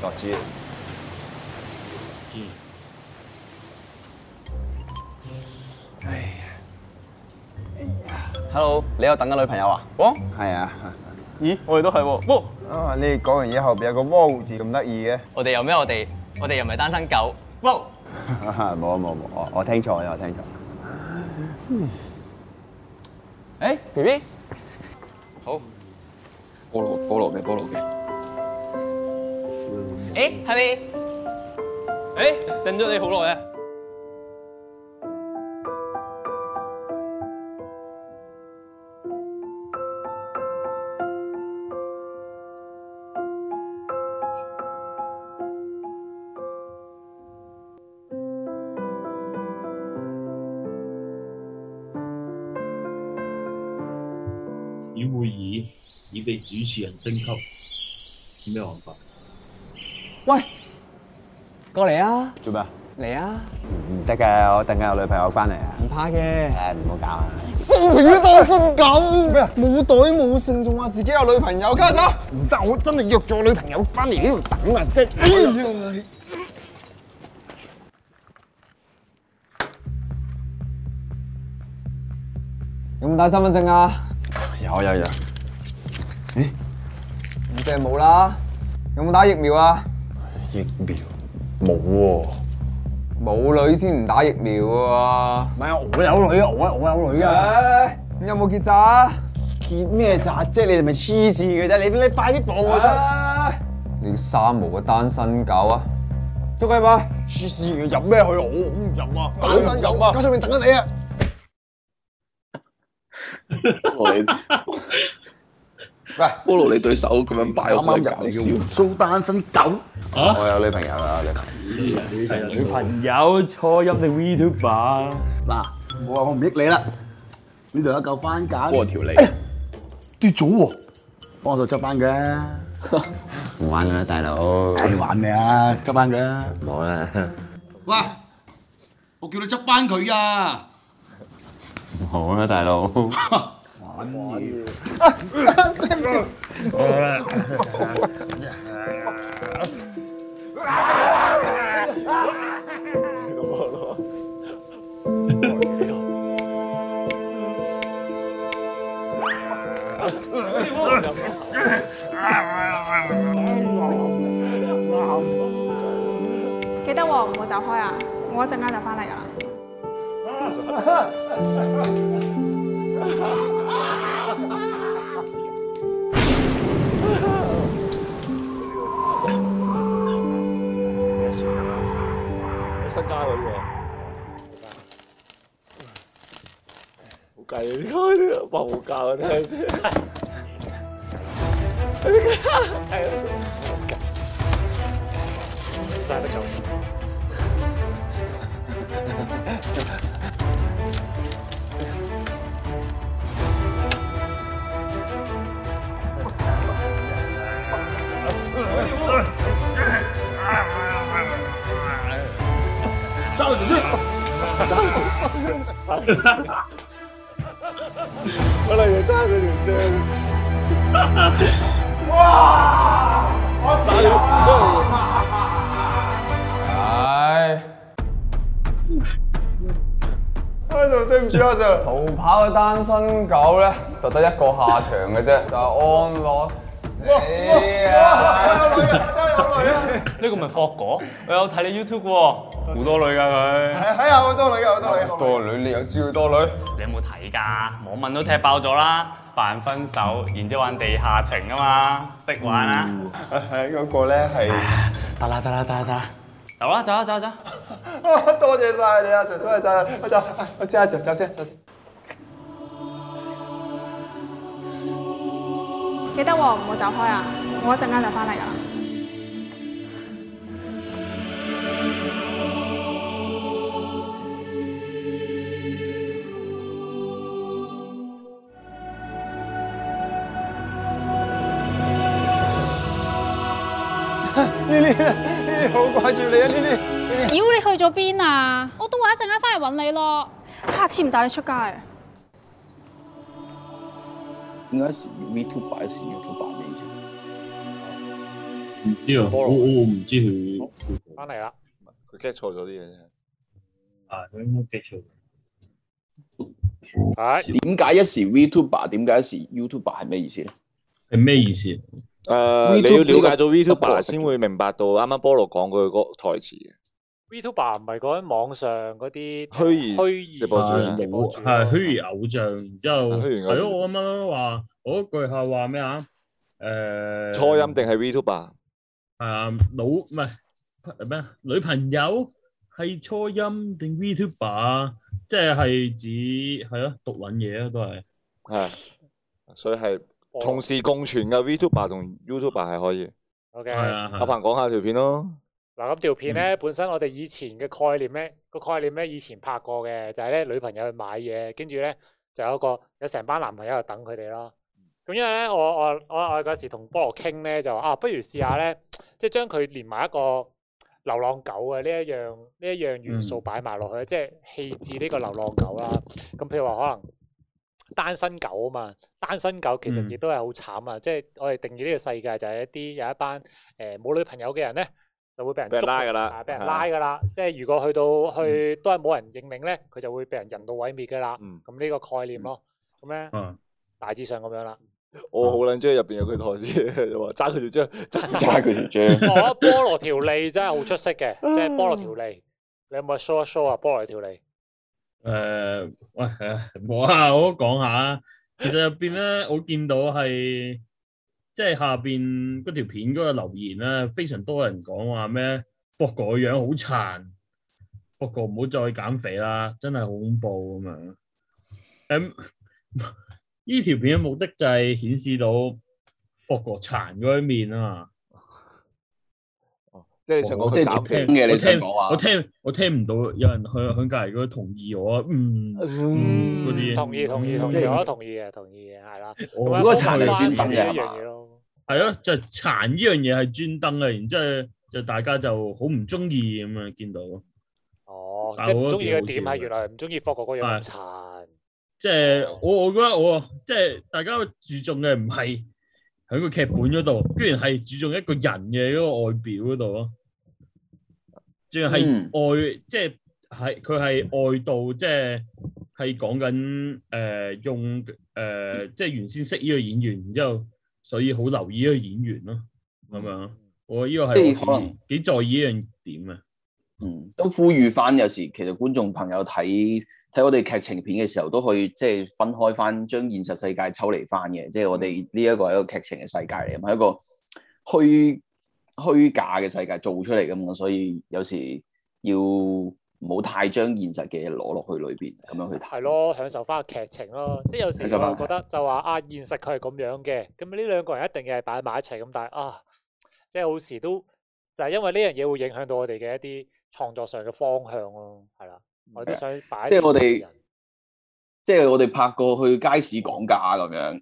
傻豬。 Hello，你有等緊女朋友啊？哦，係啊。咦，我哋都係喎。哇，啊，你講完嘢後邊有個汪字咁得意嘅。我哋又咩？我哋我哋又唔係單身狗。 (laughs) 哇，啊冇冇冇，我我聽錯咗，我聽錯。啊 (laughs) 誒，B B，好。菠蘿菠蘿嘅菠蘿嘅。誒，係咪？誒、诶，等咗你好耐啊！只會議已被主持人升級，咩辦法？過嚟啊，做咩？嚟啊，唔得嘅，我等緊有女朋友翻嚟啊！唔怕嘅。誒，唔好搞啊！新魚多新狗，咩冇袋冇剩，仲話自己有女朋友，家走！唔得，我真係約咗女朋友翻嚟呢度等啊！即係，有冇帶身份證啊？有有有，唔借冇啦。有冇打疫苗啊？疫苗冇喎，冇女先唔打疫苗喎。唔係啊，我有女啊，我我有女啊！唉，你有冇結紮啊？結咩咋？即係你哋咪黐線嘅啫！你你快啲放我出啊去！你三毛嘅單身狗啊！捉佢吧！黐線嘅，入咩去？我我唔入啊！單身狗啊！家上面等緊你啊！我你喂，菠蘿你對手咁樣擺，我覺得搞笑。蘇單身狗。我有女朋友啦，你女朋友初音定 Vtuber？嗱，我話我唔益你啦，呢度有一嚿番梘。過條脷哎呀跌咗喎，幫我手執翻嘅。唔玩啦，大佬。你玩咩啊？執翻嘅。冇啦，喂，我叫你執翻佢啊！好啦，大佬。玩嘢。記得喎，唔好走開啊！我一陣間就翻嚟噶啦。失家女喎，好計啊！呢個呢個冇教啊，聽住。係啊，晒得夠。揸住先，我嚟要揸佢條脹。唉，阿 Sir 對唔住阿 Sir，逃跑嘅單身狗咧，就得一個下場嘅啫，就係安樂死啊！呢個咪霍果？我有睇你 YouTube 喎，好多女㗎佢。係啊，好多女啊，好多女。多女，你又知佢多女？你有冇睇㗎？網民都踢爆咗啦，扮分手，然之後玩地下情啊嘛，識玩啊！係嗰個咧係。得啦得啦得啦得啦，走啦走啦走啦走啦！多謝晒你阿 Sir，多謝晒，我走，我先阿 Sir 走先，走先。記得喎，唔好走開啊！我一陣間就翻嚟噶啦。 (laughs) 呢啲呢啲好掛住你啊！呢啲。妖，你去咗邊啊？我都話一陣間翻嚟揾你咯。下次啊唔帶你出街。點解是 Vtuber 是 YouTuber 咩意思？唔知啊，我我唔知佢翻嚟啦，佢 get 錯咗啲嘢啫。啊，佢應該記錯。點解一時 Vtuber，點解一時 YouTuber 係咩意 (laughs) 思咧？係咩意思？誒、你要了解到 Vtuber 先會明白到啱啱菠蘿講嗰句嗰台詞嘅 Vtuber 唔係講緊網上嗰啲虛擬虛擬啊直播主啊係直冇係虛擬偶像，然之後係咯，我啱啱話我嗰句係話咩啊？誒初音定係 Vtuber？à, 係啊，老唔係咩啊女朋友係初音定 VTuber 啊？即係指係咯，讀撚嘢啊，都係。系，所以係哦同時共存嘅 Vtuber 同 YouTuber 係可以。 OK 係啊係啊阿鹏講下條片咯。嗱，咁條片咧，本身我哋以前嘅概念咧，個概念咧，以前拍過嘅，就係咧女朋友去買嘢，跟住咧就有一個有成班男朋友喺度等佢哋咯。咁因為咧，我我我我嗰時同菠蘿傾咧，就話啊，不如試下咧，即係將佢連埋一個流浪狗嘅呢一樣呢一樣元素擺埋落去，即係棄置呢個流浪狗啦。咁譬如話可能。單身狗啊嘛，單身狗其實亦都係好慘啊！即係我哋定義呢個世界就係一啲有一班誒冇女朋友嘅人咧，就會俾人俾人捉拉到㗎啦啊俾人係啊拉㗎啦。即係如果去到去都係冇人認領咧，佢就會俾人人道毀滅㗎啦。咁呢個概念咯，咁咧嗯大致上咁樣啦。我好撚中意入邊有句台詞， (laughs) 就話揸佢條章，揸佢條我覺得哦菠蘿條脷真係好出 (laughs) 色嘅，即係菠蘿條脷，你有冇 show 一 show 啊？菠蘿條脷。诶、啊喂，诶，冇啊，我都講下。其實入边咧， (laughs) 我見到係即係下边嗰條片嗰個留言咧，非常多人講話咩，霍哥個樣好殘，霍哥唔好再減肥啦，真係好恐怖咁樣。咁 (laughs) 呢條片嘅目的就係顯示到霍哥殘嗰一面啊哦嘛。即係你想講我佢係減聽肥我聽啊我聽我聽唔到有人向向隔離嗰度同意我啊，嗯嗯嗰啲同意同意同意，我都同意嘅，同意嘅，係啦。我咁嗰個啊殘係專登嘅呢一係樣嘛嘢咯。係咯，就係殘呢樣嘢係專登嘅，然之後就大家就好唔中意咁啊，見到哦但即係啊唔我覺得中意嘅幾點好係笑原來唔中意霍哥嗰樣咁係殘。即係我我覺得我即係大家注重嘅唔係喺個劇本嗰度，居然係注重一個人嘅嗰個外表嗰度咯，仲係嗯愛，即係係佢係愛到即係係講緊誒用誒、呃即係原先識呢個演員，然之後所以好留意呢個演員咯，咁樣我呢個即係係可能幾在意呢樣點啊。嗯，都呼籲翻有時其實觀眾朋友睇睇我哋劇情片嘅時候，都可以即係分開翻，將現實世界抽離翻嘅。即係我哋嗯呢一個係一個劇情嘅世界嚟，唔係一個虛虛假嘅世界做出嚟咁嘛。所以有時要唔好太將現實嘅嘢攞落去裏邊咁樣去睇。係咯，享受翻個劇情咯。即係有時享受我返覺得就話啊，現實佢係咁樣嘅，咁呢兩個人一定係擺埋一齊咁，但係啊，即係好時都就係因為呢樣嘢會影響到我哋嘅一啲創作上嘅方向咯，係啦，我都想擺。即係我哋，即係我哋拍過去街市講價咁樣，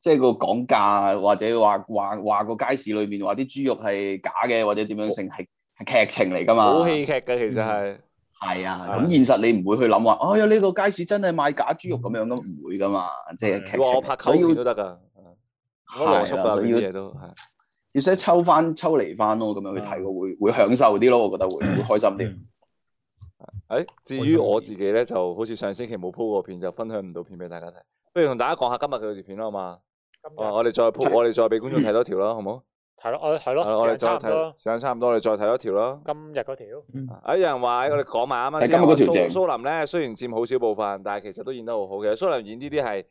即係個講價或者話話話個街市裏面話啲豬肉係假嘅，或者點樣成係係劇情嚟㗎嘛？好戲劇嘅其實係。係啊，咁現實你唔會去諗話，哦，有呢個街市真係賣假豬肉咁樣咁，唔會㗎嘛，即係劇啊情。哇我拍所以溝片要都得㗎，係冇乜邏輯啦㗎，所呢以要啊啲嘢都係。要識抽翻抽離翻咯，咁樣去睇會會享受啲咯，我覺得會會開心啲。誒，哎至於我自己咧，就好似上星期冇 po 過片，就分享唔到片俾大家睇。不如同大家講下今日嘅條片啦，好嘛？啊我哋再 po，我哋再俾觀眾嗯睇多條啦，好唔好？係咯，我係咯，哦係我時哋間差唔再睇多，時間差唔多，我哋再睇多條啦。今日嗰條。啊！有人話我哋講埋啱啱但嗯今日嗰條先正蘇蘇林咧，雖然佔好少部分，但係其實都演得好好嘅。蘇林演呢啲係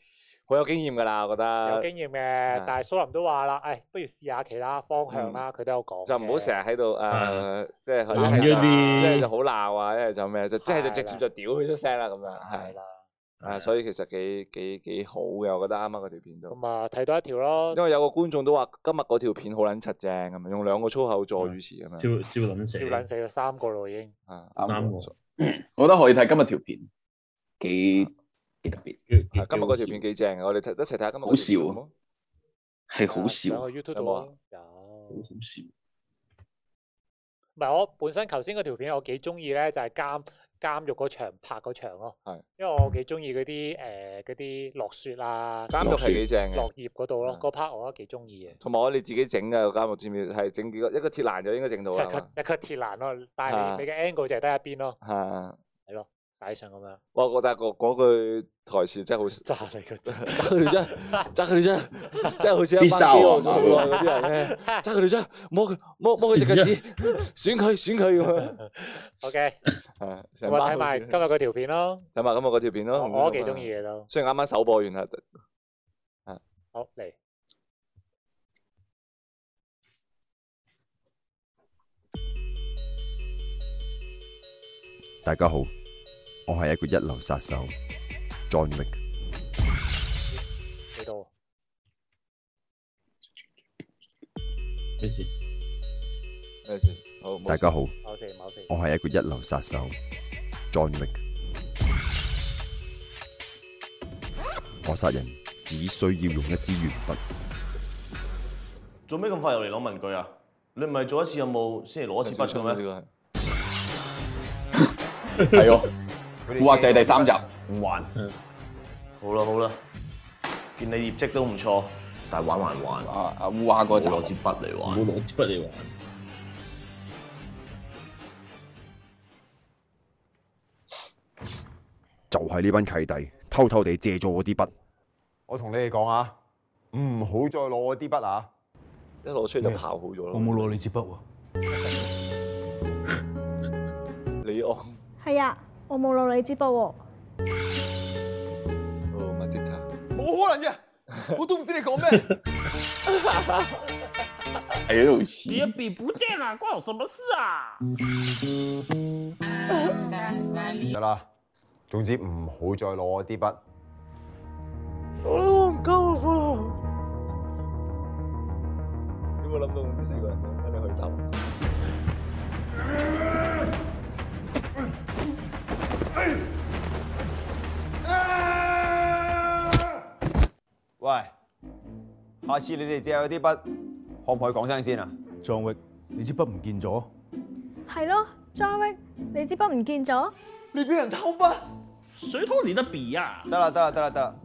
好有經驗㗎啦，我覺得。有經驗嘅，但係蘇林都話啦，誒，不如試下其他方向啦，佢都有講嘅。就唔好成日喺度誒，即係鬧一係就嗰啲一係就好鬧啊，一係就咩，就即係就直接就屌佢出聲啦咁樣，係啦。啊，所以其實幾幾幾好嘅，我覺得啱啱嗰條片都。咁啊，睇多一條咯。因為有個觀眾都話今日嗰條片好撚柒正咁樣，用兩個粗口助語詞咁樣。 (laughs) 笑笑撚死笑撚死咗三個咯已經。啊，啱我覺得可以睇今日條片，幾幾特別，係今日嗰條片幾正嘅，我哋睇一齊睇下今日嗰條片好笑好唔啊好，係好笑啊，上去有 YouTube 度冇啊啊好好笑。唔係我本身頭先嗰條片我幾中意咧，就係監監獄嗰場拍嗰場咯。係。因為我幾中意嗰啲誒嗰啲落雪啊，監獄係幾正嘅落葉嗰度咯，嗰 part 我都幾中意嘅。同埋我哋自己整嘅個監獄知唔知？係整幾個一個鐵欄就應該整到啦係嘛。一個鐵欄咯，但啊係你你嘅 angle 就係得一邊咯，係啊。係咯，擺上咁樣。哇！我覺得嗰嗰句台詞真係好揸你 (laughs) 個真，揸佢條真，揸佢條真，真係好似一班 Freestyle 基佬啊嘛做愛嗰啲人咧，揸佢條真，摸佢摸摸佢隻腳趾，選佢選佢咁樣。 OK，係啊咁成我班睇埋好今似日嗰條片咯，睇埋今日嗰條片咯。我我都幾中意嘅都。雖然啱啱首播完啦，啊好嚟。大家好，我係一個一流殺手 John Wick。嚟到咩事？咩事？好，冇事大家好，冇事冇事我係一個一流殺手 John Wick。我殺人只需要用一支鉛筆。做咩咁快又嚟攞文具啊？你唔係做一次任務先 어, 嚟攞一次筆嘅咩？系喎， (laughs) 古惑仔第三集啊唔還。好啦好啦，見你業績都唔錯，但係玩還玩。啊啊烏鴉嗰集攞支筆嚟玩，冇攞支筆嚟玩。就係呢班契弟偷偷地借咗我啲筆，我同你哋講啊，唔好再攞我啲筆啊！一攞出嚟就刨好咗咯。冇攞你支筆喎。李昂，係啊，我冇攞你支筆喎。哦，麥迪塔，冇可能嘅，我都唔知你講咩。係啊好似你的筆不見了，關我什麼事啊？得啦，總之唔好再攞我啲筆。我唔夠啦！點會諗到五四個人跟你去鬥？喂，下次你哋借我啲筆，可唔可以講聲先啊？張域，你支筆唔見咗？係咯，John Wick，你支筆唔見咗？你俾人偷筆？誰偷你的筆呀、得啦得啦得啦得啦，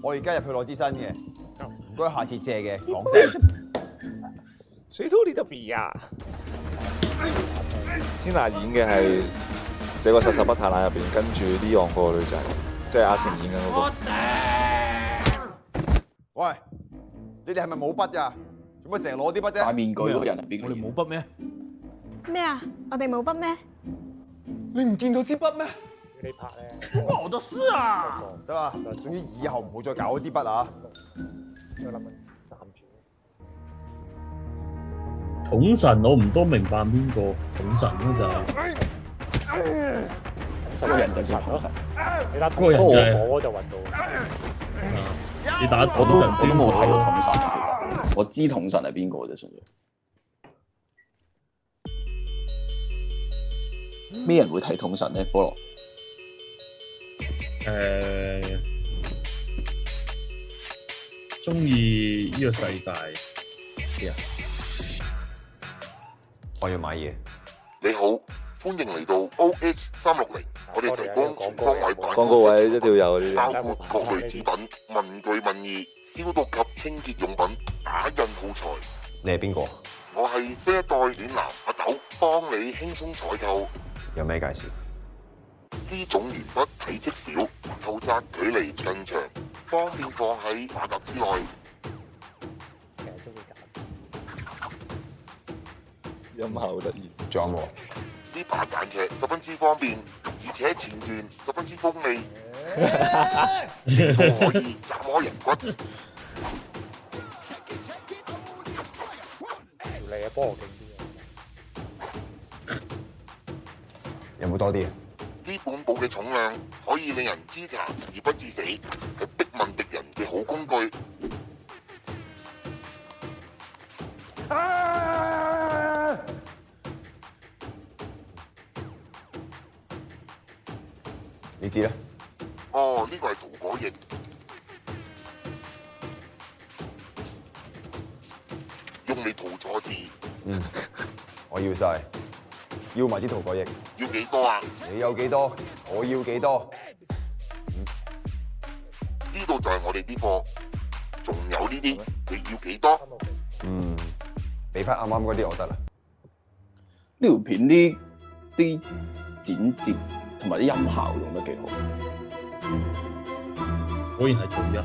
我而家入去攞支新嘅，唔該下次借嘅講 (laughs) 聲。水土你的筆呀、天娜演嘅係這個殺手不太冷入邊，跟住呢昂嗰個女仔，即係阿成演嘅嗰、個。喂，你哋係咪冇筆㗎？做乜成日攞啲筆啫？戴面具嗰個人係邊個？我哋冇筆咩？咩啊？我哋冇筆咩？你唔見到支筆咩？呢 part 咧，關我的事啊！得啦，總之以後唔好再搞嗰啲筆啊！我諗緊暫住。統神我唔多明白邊個統神咯，就係十個人就叫統神。你打個人就係我就揾到。你打哦我都統神我都冇睇過統神，其啊實我知統神係邊個啫，純粹。咩人會睇統神咧？菠蘿誒，中意呢個世界嘅人。我要買嘢。你好，歡迎嚟到 OH 三六零，我哋提供全方位辦廣公告室位一定要有呢包啲。括各類紙品、文具、文儀、消毒及清潔用品、打印耗材。你係邊個？我係新一代暖男阿豆，幫你輕鬆採購。有咩介紹？呢種鉛筆體積小，透窄距離更長，方便放喺馬甲之內。音效得意。仲有冇？呢把間尺十分之方便，而且前段十分之鋒利，都可以斬開人骨。條脷啊，幫我勁啲。有冇多啲啊？呢本簿嘅重量可以令人知殘而不致死，係逼問敵人嘅好工具。你知啦。哦，呢、個係塗果液，用嚟塗錯字，嗯，我要晒，要埋支塗改液。要幾多啊？你有幾多？我要幾多？呢度就係我哋啲貨，仲有呢啲，你要幾多？Ừ. 嗯，俾翻啱啱嗰啲我得啦。呢條片啲啲剪接同埋啲音效用得幾好。果然係做一。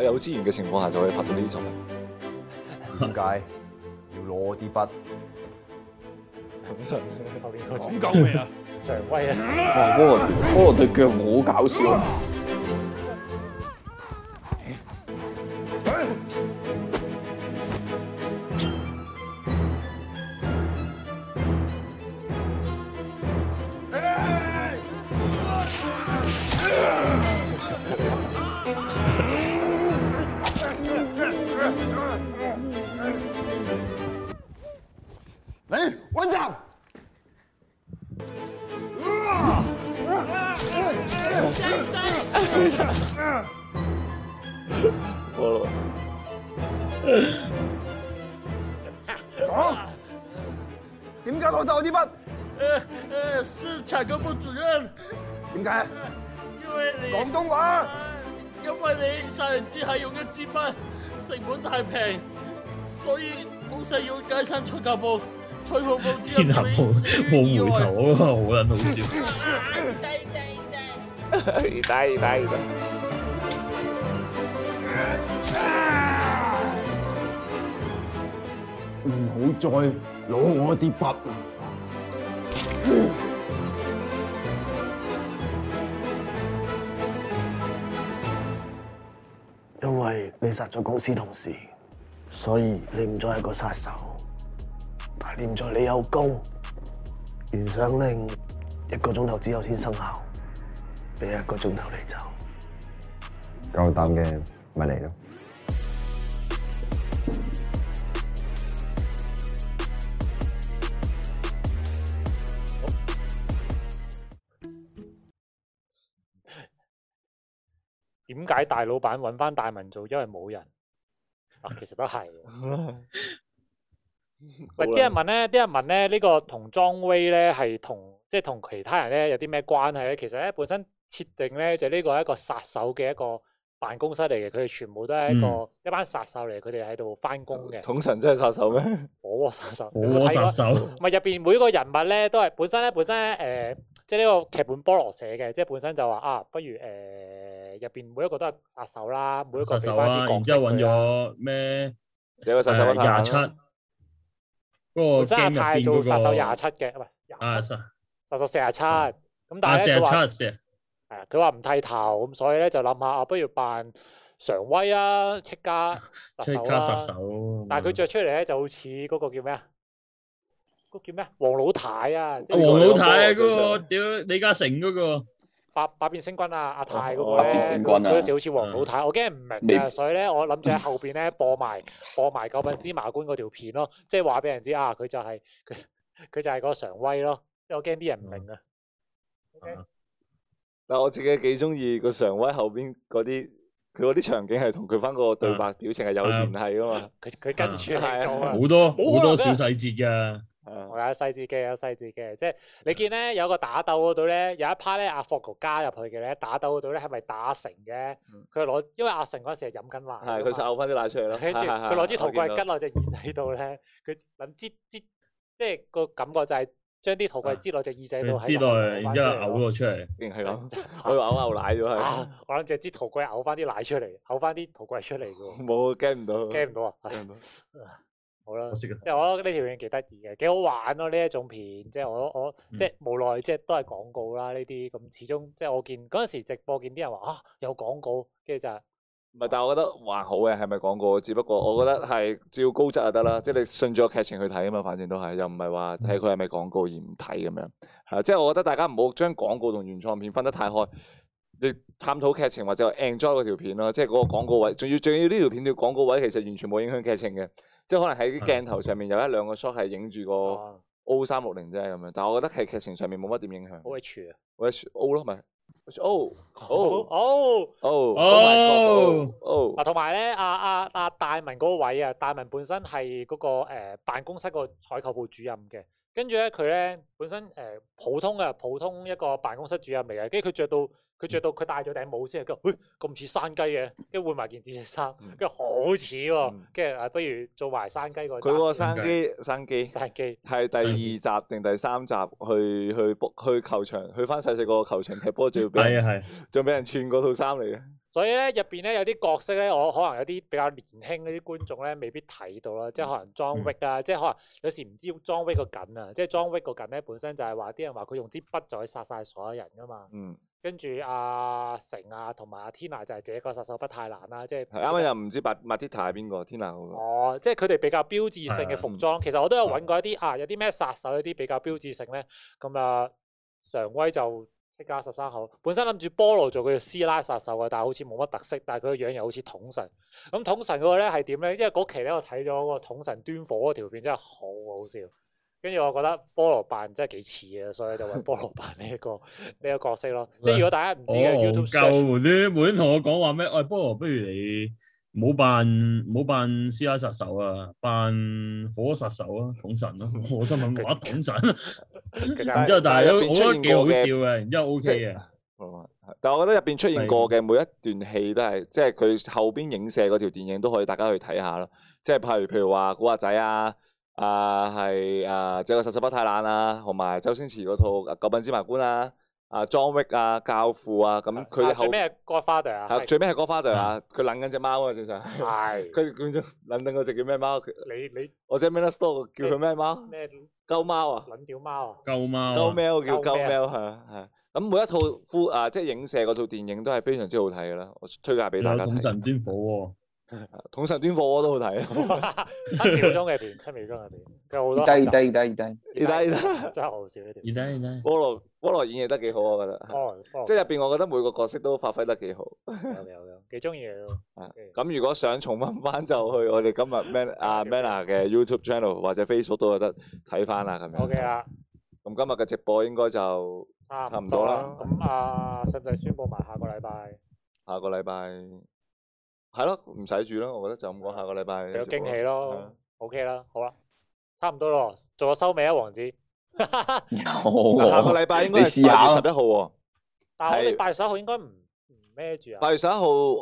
喺有資源嘅情況下就可以拍到呢啲作品。點解要攞啲筆？咁夠未啊？常威啊！哇！菠蘿菠蘿對腳好搞笑啊！ Hãy subscribe cho kênh Ghiền Mì Gõ Để không bỏ lỡ 我講點解攞走我啲筆？呃呃，是采购部主任。點解？因為你廣東話。因為你殺人之後用一支筆，成本太平，所以老細要解散採購部。採購部主任天下被無死於意外無回頭嗰個好撚 (laughs) 好笑攞，打一打一打。唔好再攞我啲筆啦！因為你殺咗公司同事，所以你唔再係個殺手，但係念在你有功，懸賞令一個鐘頭之後先生效，俾一個鐘頭你走。夠膽嘅咪嚟咯。點解大老闆揾翻大文做？因為冇人 (laughs) 啊，其實都係。啊喂，啲人問咧，啲人問咧，呢、個同莊威咧係同即係同其他人咧有啲咩關係咧？其實咧本身設定咧就呢個係一個殺手嘅一個辦公室嚟嘅，佢哋全部都係一個、嗯一班殺手嚟，佢哋喺度翻工嘅。統神真係殺手 (laughs) 咩？火鍋殺手，火鍋殺手係咯唔係入邊每個人物咧都係本身咧本身咧誒、即係呢個劇本菠蘿寫嘅，即係本身就話啊，不如誒呃入邊每一個都係殺手啦，每一個殺俾手翻啲啦，角啊然之色後揾佢啊啦。咗咩？有個殺手呃啊不太冷廿七啦嗰個本身 game 阿入泰邊做嗰殺手廿個七嘅，唔係啊殺殺手四廿七，咁但啊係四咧佢話廿七四係啊佢話唔剃頭，咁所以咧就諗下啊，不如扮常威啊，戚 (laughs) 家殺即手刻殺啦。手。啊但係佢着出嚟咧就好似嗰個叫咩啊？嗰個叫咩啊？黃老太啊！即係黃老太個嗰個屌李嘉誠嗰個。百百變星君啊，阿泰嗰哦個咧，百變佢星君啊嗰陣時好似嗯黃老太，我驚唔明啊，未所以咧我諗住喺後邊咧播埋播埋九品芝麻官嗰條片咯，即係話俾人知啊，佢就係佢佢就係個常威咯，因為我驚啲人唔明啊。但我自己幾中意個常威後邊嗰啲，佢嗰啲場景係同佢翻個對白表情係有聯繫噶嘛。佢佢跟住嗯係嚟做啊，好多好冇可能㗎多小細節㗎。我有細緻嘅，有細緻嘅，即係你見咧有個打鬥嗰度咧，有一 part 咧阿霍哥加入去嘅咧，打鬥嗰度咧係咪打阿成嘅？佢攞，因為阿成嗰陣時係飲緊奶㗎嘛，嗯係佢摷翻啲奶出嚟咯。跟住係係係佢攞支我陶見罐到拮落隻耳仔度咧，佢諗擠擠，即係個感覺就係將啲陶啊罐擠落隻耳仔度，佢喺之個喉內，嚨攞然之後返出嚟嘔咗出嚟，定係咁，佢嘔牛奶咗係。啊我諗住支陶罐嘔翻啲奶出嚟，嘔翻啲陶罐出嚟嘅 (laughs) 喎。冇驚唔到。驚唔到啊！ (laughs) 驚唔到。 (laughs) 好啦，識即啊係我覺得呢條片幾得意嘅，幾好玩咯呢一種片，即係我我嗯即係無奈即係都係廣告啦呢啲，咁始終即係我見嗰陣時直播見啲人話啊有廣告，跟住就係唔係，但係我覺得還好嘅，係咪廣告？只不過 (laughs) 我覺得係照高質就得啦，即係你順住個劇情去睇啊嘛，反正都係，又唔係話睇佢係咪廣告而唔睇咁樣。係啊即係我覺得大家唔好將廣告同原創片分得太開，你探討劇情或者 enjoy 嗰條片咯，即係嗰個廣告位，仲要仲要呢條片嘅廣告位其實完全冇影響劇情嘅，即係可能喺啲鏡頭上面有一兩個 shot 係影住哦啊個 O 三六零啫咁樣，但係我覺得係劇情上面冇乜點影響。 O H 啊，喂 O 咯咪 O O 哦 O 哦， O 嗱同埋咧阿阿阿大文嗰個位啊，大文本身係嗰個誒辦公室個採購部主任嘅。跟住咧，佢咧本身誒、普通嘅普通一個辦公室主任嚟嘅，跟住佢着到佢着到佢戴咗頂帽之後，跟住喂咁似山雞嘅，跟住換埋件紫色衫，跟住好似喎，跟住啊不如做埋山雞個。佢嗰個生機生機生嗯機係第二集定第三集去去 book 去球場去翻細細個球場踢波，仲要俾人係啊係，仲要俾人串嗰套衫嚟嘅，所以咧入邊咧有啲角色咧，我可能有啲比較年輕嗰啲觀眾咧，未必睇到啦，即係可能 John Wick 啊，即係可能有時唔知 John Wick 個緊啊，即係 John Wick 個緊咧本身就係話啲人話佢用支筆就可以殺晒所有人噶嘛。嗯。跟住阿成啊，同埋阿天娜就係這個殺手不太冷啦，即係係啱啱又啊唔知白麥 t 塔係邊個，天娜嗰個。哦，啊即係佢哋比較標誌性嘅服裝。其實我都有揾過一啲啊，有啲咩殺手有啲比較標誌性咧。咁啊，常威就戚家十三口，本身諗住菠蘿做佢嘅師奶殺手嘅，但係好似冇乜特色，但係佢個樣又好似統神。咁統神嗰個咧係點咧？因為嗰期咧我睇咗個統神端火嗰條片，真係好好笑。跟住我覺得菠蘿扮真係幾似嘅，所以就揾菠蘿扮呢 (laughs) 一個呢一個角色咯。即係如果大哦家唔知嘅 YouTube 夠 search 無端無端同我講話咩？喂，菠蘿，不如你唔好扮唔好扮師奶殺手啊，扮火殺手啊，統 (laughs) 神咯、我心諗我統 (laughs) 神，啊然之後但係入都邊我出覺現得幾好過笑嘅嘅，然之後 OK 啊即係嘅。但係我覺得入邊出現過嘅每一段戲都係，即係佢後邊影射嗰條電影都可以大家去睇下咯。即係譬如譬如話古惑仔啊，啊係啊，即係個殺手不太冷啊，同埋周星馳嗰套《九品芝麻官》啊，啊 John Wick 啊，教父啊，咁佢哋後啊最尾係 Godfather 啊，係係最尾係 Godfather 啊，佢撚緊只貓啊，正常係 (laughs) 佢佢撚緊嗰只叫咩貓？佢你你我只 m i n i s t o 叫佢咩貓？咩鳩貓啊，撚屌貓 (laughs) 啊，鳩貓鳩喵叫鳩鳩喵喵係啊係啊。咁每一套夫啊，即係影射嗰套電影都係非常之好睇嘅啦，我推介俾大有家睇。統神端火喎、統神端火鍋都好睇，七秒鐘嘅片，七秒鐘嘅片，佢有好多低合集低低低低 (laughs) 低，真係好 (laughs) 笑呢條。而家而家 (laughs) 菠蘿菠蘿演繹得幾好，我覺得。菠蘿菠蘿即係入邊，我覺得每個角色都發揮得幾好。有有有，幾中意嘅喎。啊咁如果想重温翻，就去我哋今日 Man 啊 Manner 嘅 YouTube channel 或者 Facebook 都有得睇翻啦，咁樣。 OK 啦。咁今日嘅直播應該就差差唔多啦。咁啊，使唔使宣佈埋下個禮拜下個禮拜係咯，唔使住啦，我覺得就咁講。下個禮拜有直播啊驚喜係啊咯？OK 啦，好啦，差唔多咯，做咗收尾啊，王子。嗱下個禮拜應該你係試下八啊月十一號喎，但係我係哋八月十一號應該唔唔孭住啊。八月十一號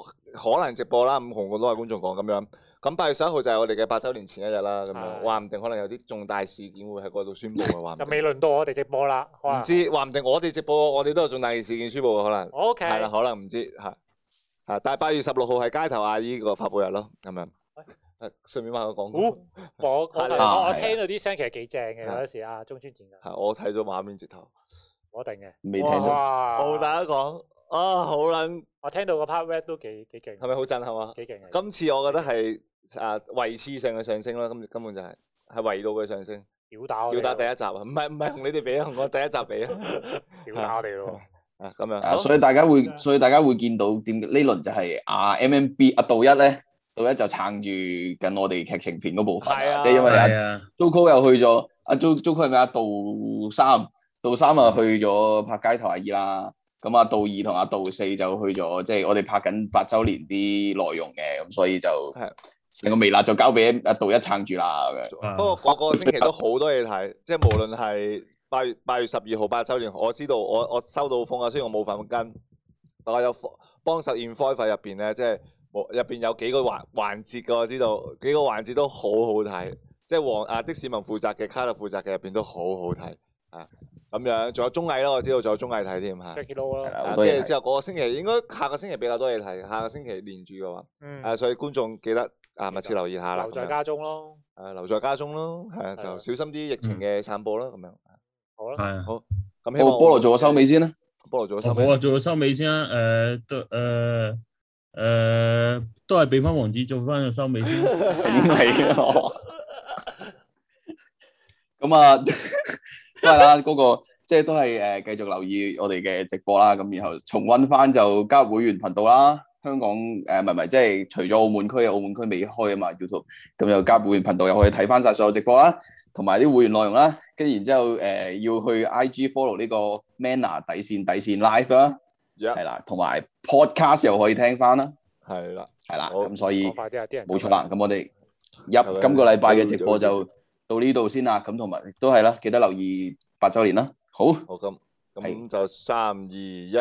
可能直播啦，咁同好多位觀眾講咁樣。咁八月十一號就係我哋嘅八週年前一日啦，咁樣話唔定可能有啲重大事件會喺嗰度宣佈嘅話唔就 (laughs) 定。未輪到我哋直播啦，可能唔知，話唔定我哋直播，我哋都有重大嘅事件宣啊佈嘅可能。 OK 係啦，可能唔知嚇嚇，但係八月十六號係街頭阿姨個發布日咯，咁樣。誒，順便賣個廣告。哦我我係啦我我係啦聽到啲聲其實幾正嘅，係有時啊，中村健啊，係我睇咗畫面直頭。我定嘅。未聽到哇！我大家講啊，好撚！我聽到個 part rap 都幾幾勁。係咪好震撼啊？幾勁啊！今次我覺得係啊維次性嘅上升啦，根根本就係係維度嘅上升。屌打我吊哋打咯第一集啊，唔係唔係同你哋比啊，同我第一集 (laughs) 比啊。屌打我哋咯。啊咁樣。啊，所以大家會，所以大家會見到點呢輪就係啊 MMB 啊杜一咧，杜一就撐住緊我哋劇情片嗰部分係啊啊，即係因為係啊啊 Joco 又去咗，啊阿 Jo Joco 係咪阿杜三？杜三嗯啊去咗拍街頭阿姨啦，咁啊杜二同阿杜四就去咗，即係我哋拍緊八週年啲內容嘅，咁所以就成個微辣就交俾阿杜一撐住啦咁樣。不過個個星期都好多嘢睇，即係無論係八月八月十二號八週年，我知道我我收到風啊，雖然我冇份跟，但我有幫手 i n f o 入邊咧，即係冇入邊有幾個環環節嘅，我知道幾個環節都好好睇，即係黃啊的市民負責嘅，卡特負責嘅入邊都好好睇啊！咁樣仲有綜藝啦，我知道仲有綜藝睇添嚇。 Jackie Lou 啊啦，跟住之後嗰個星期應該下個星期比較多嘢睇，下個星期連住嘅話，嗯啊，所以觀眾記得啊密切留意下啦。留在咁樣家中咯。誒留在家中咯，係啊，就小心啲疫情嘅散播啦，咁樣。好啦係啊好。咁希菠望哦菠蘿做個收尾先啦。菠蘿做咗好收啊，尾。做到收尾先啦。誒、都誒誒、都係俾翻王子做翻個收尾先。 (laughs) 係啊咁啊， (laughs) 都係啦，嗰、個即係都係诶，继、繼續留意我哋嘅直播啦。咁然後重温翻就加入會員頻道啦。香港诶，唔係唔係，即係除咗澳門區，澳門區未開啊嘛 YouTube，咁又加入會員頻道，又可以睇翻晒所有直播啦，同埋啲會員內容啦。跟住然之後诶、誒要去 IG follow 呢個 Manner 底線底線 Live 啦，係啦，同埋 Podcast 又可以聽翻啦，係啦，係啦，咁所以講快啲啊啲人冇走錯啦，咁我哋入今個禮拜嘅直播就到呢度先啦。咁同埋都係啦，記得留意八週年啦。好，好咁咁就三二一，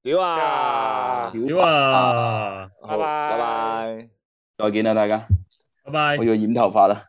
屌啊！屌啊！ (laughs) 好拜拜。再見啦，大家。拜拜。我要染頭髮啦。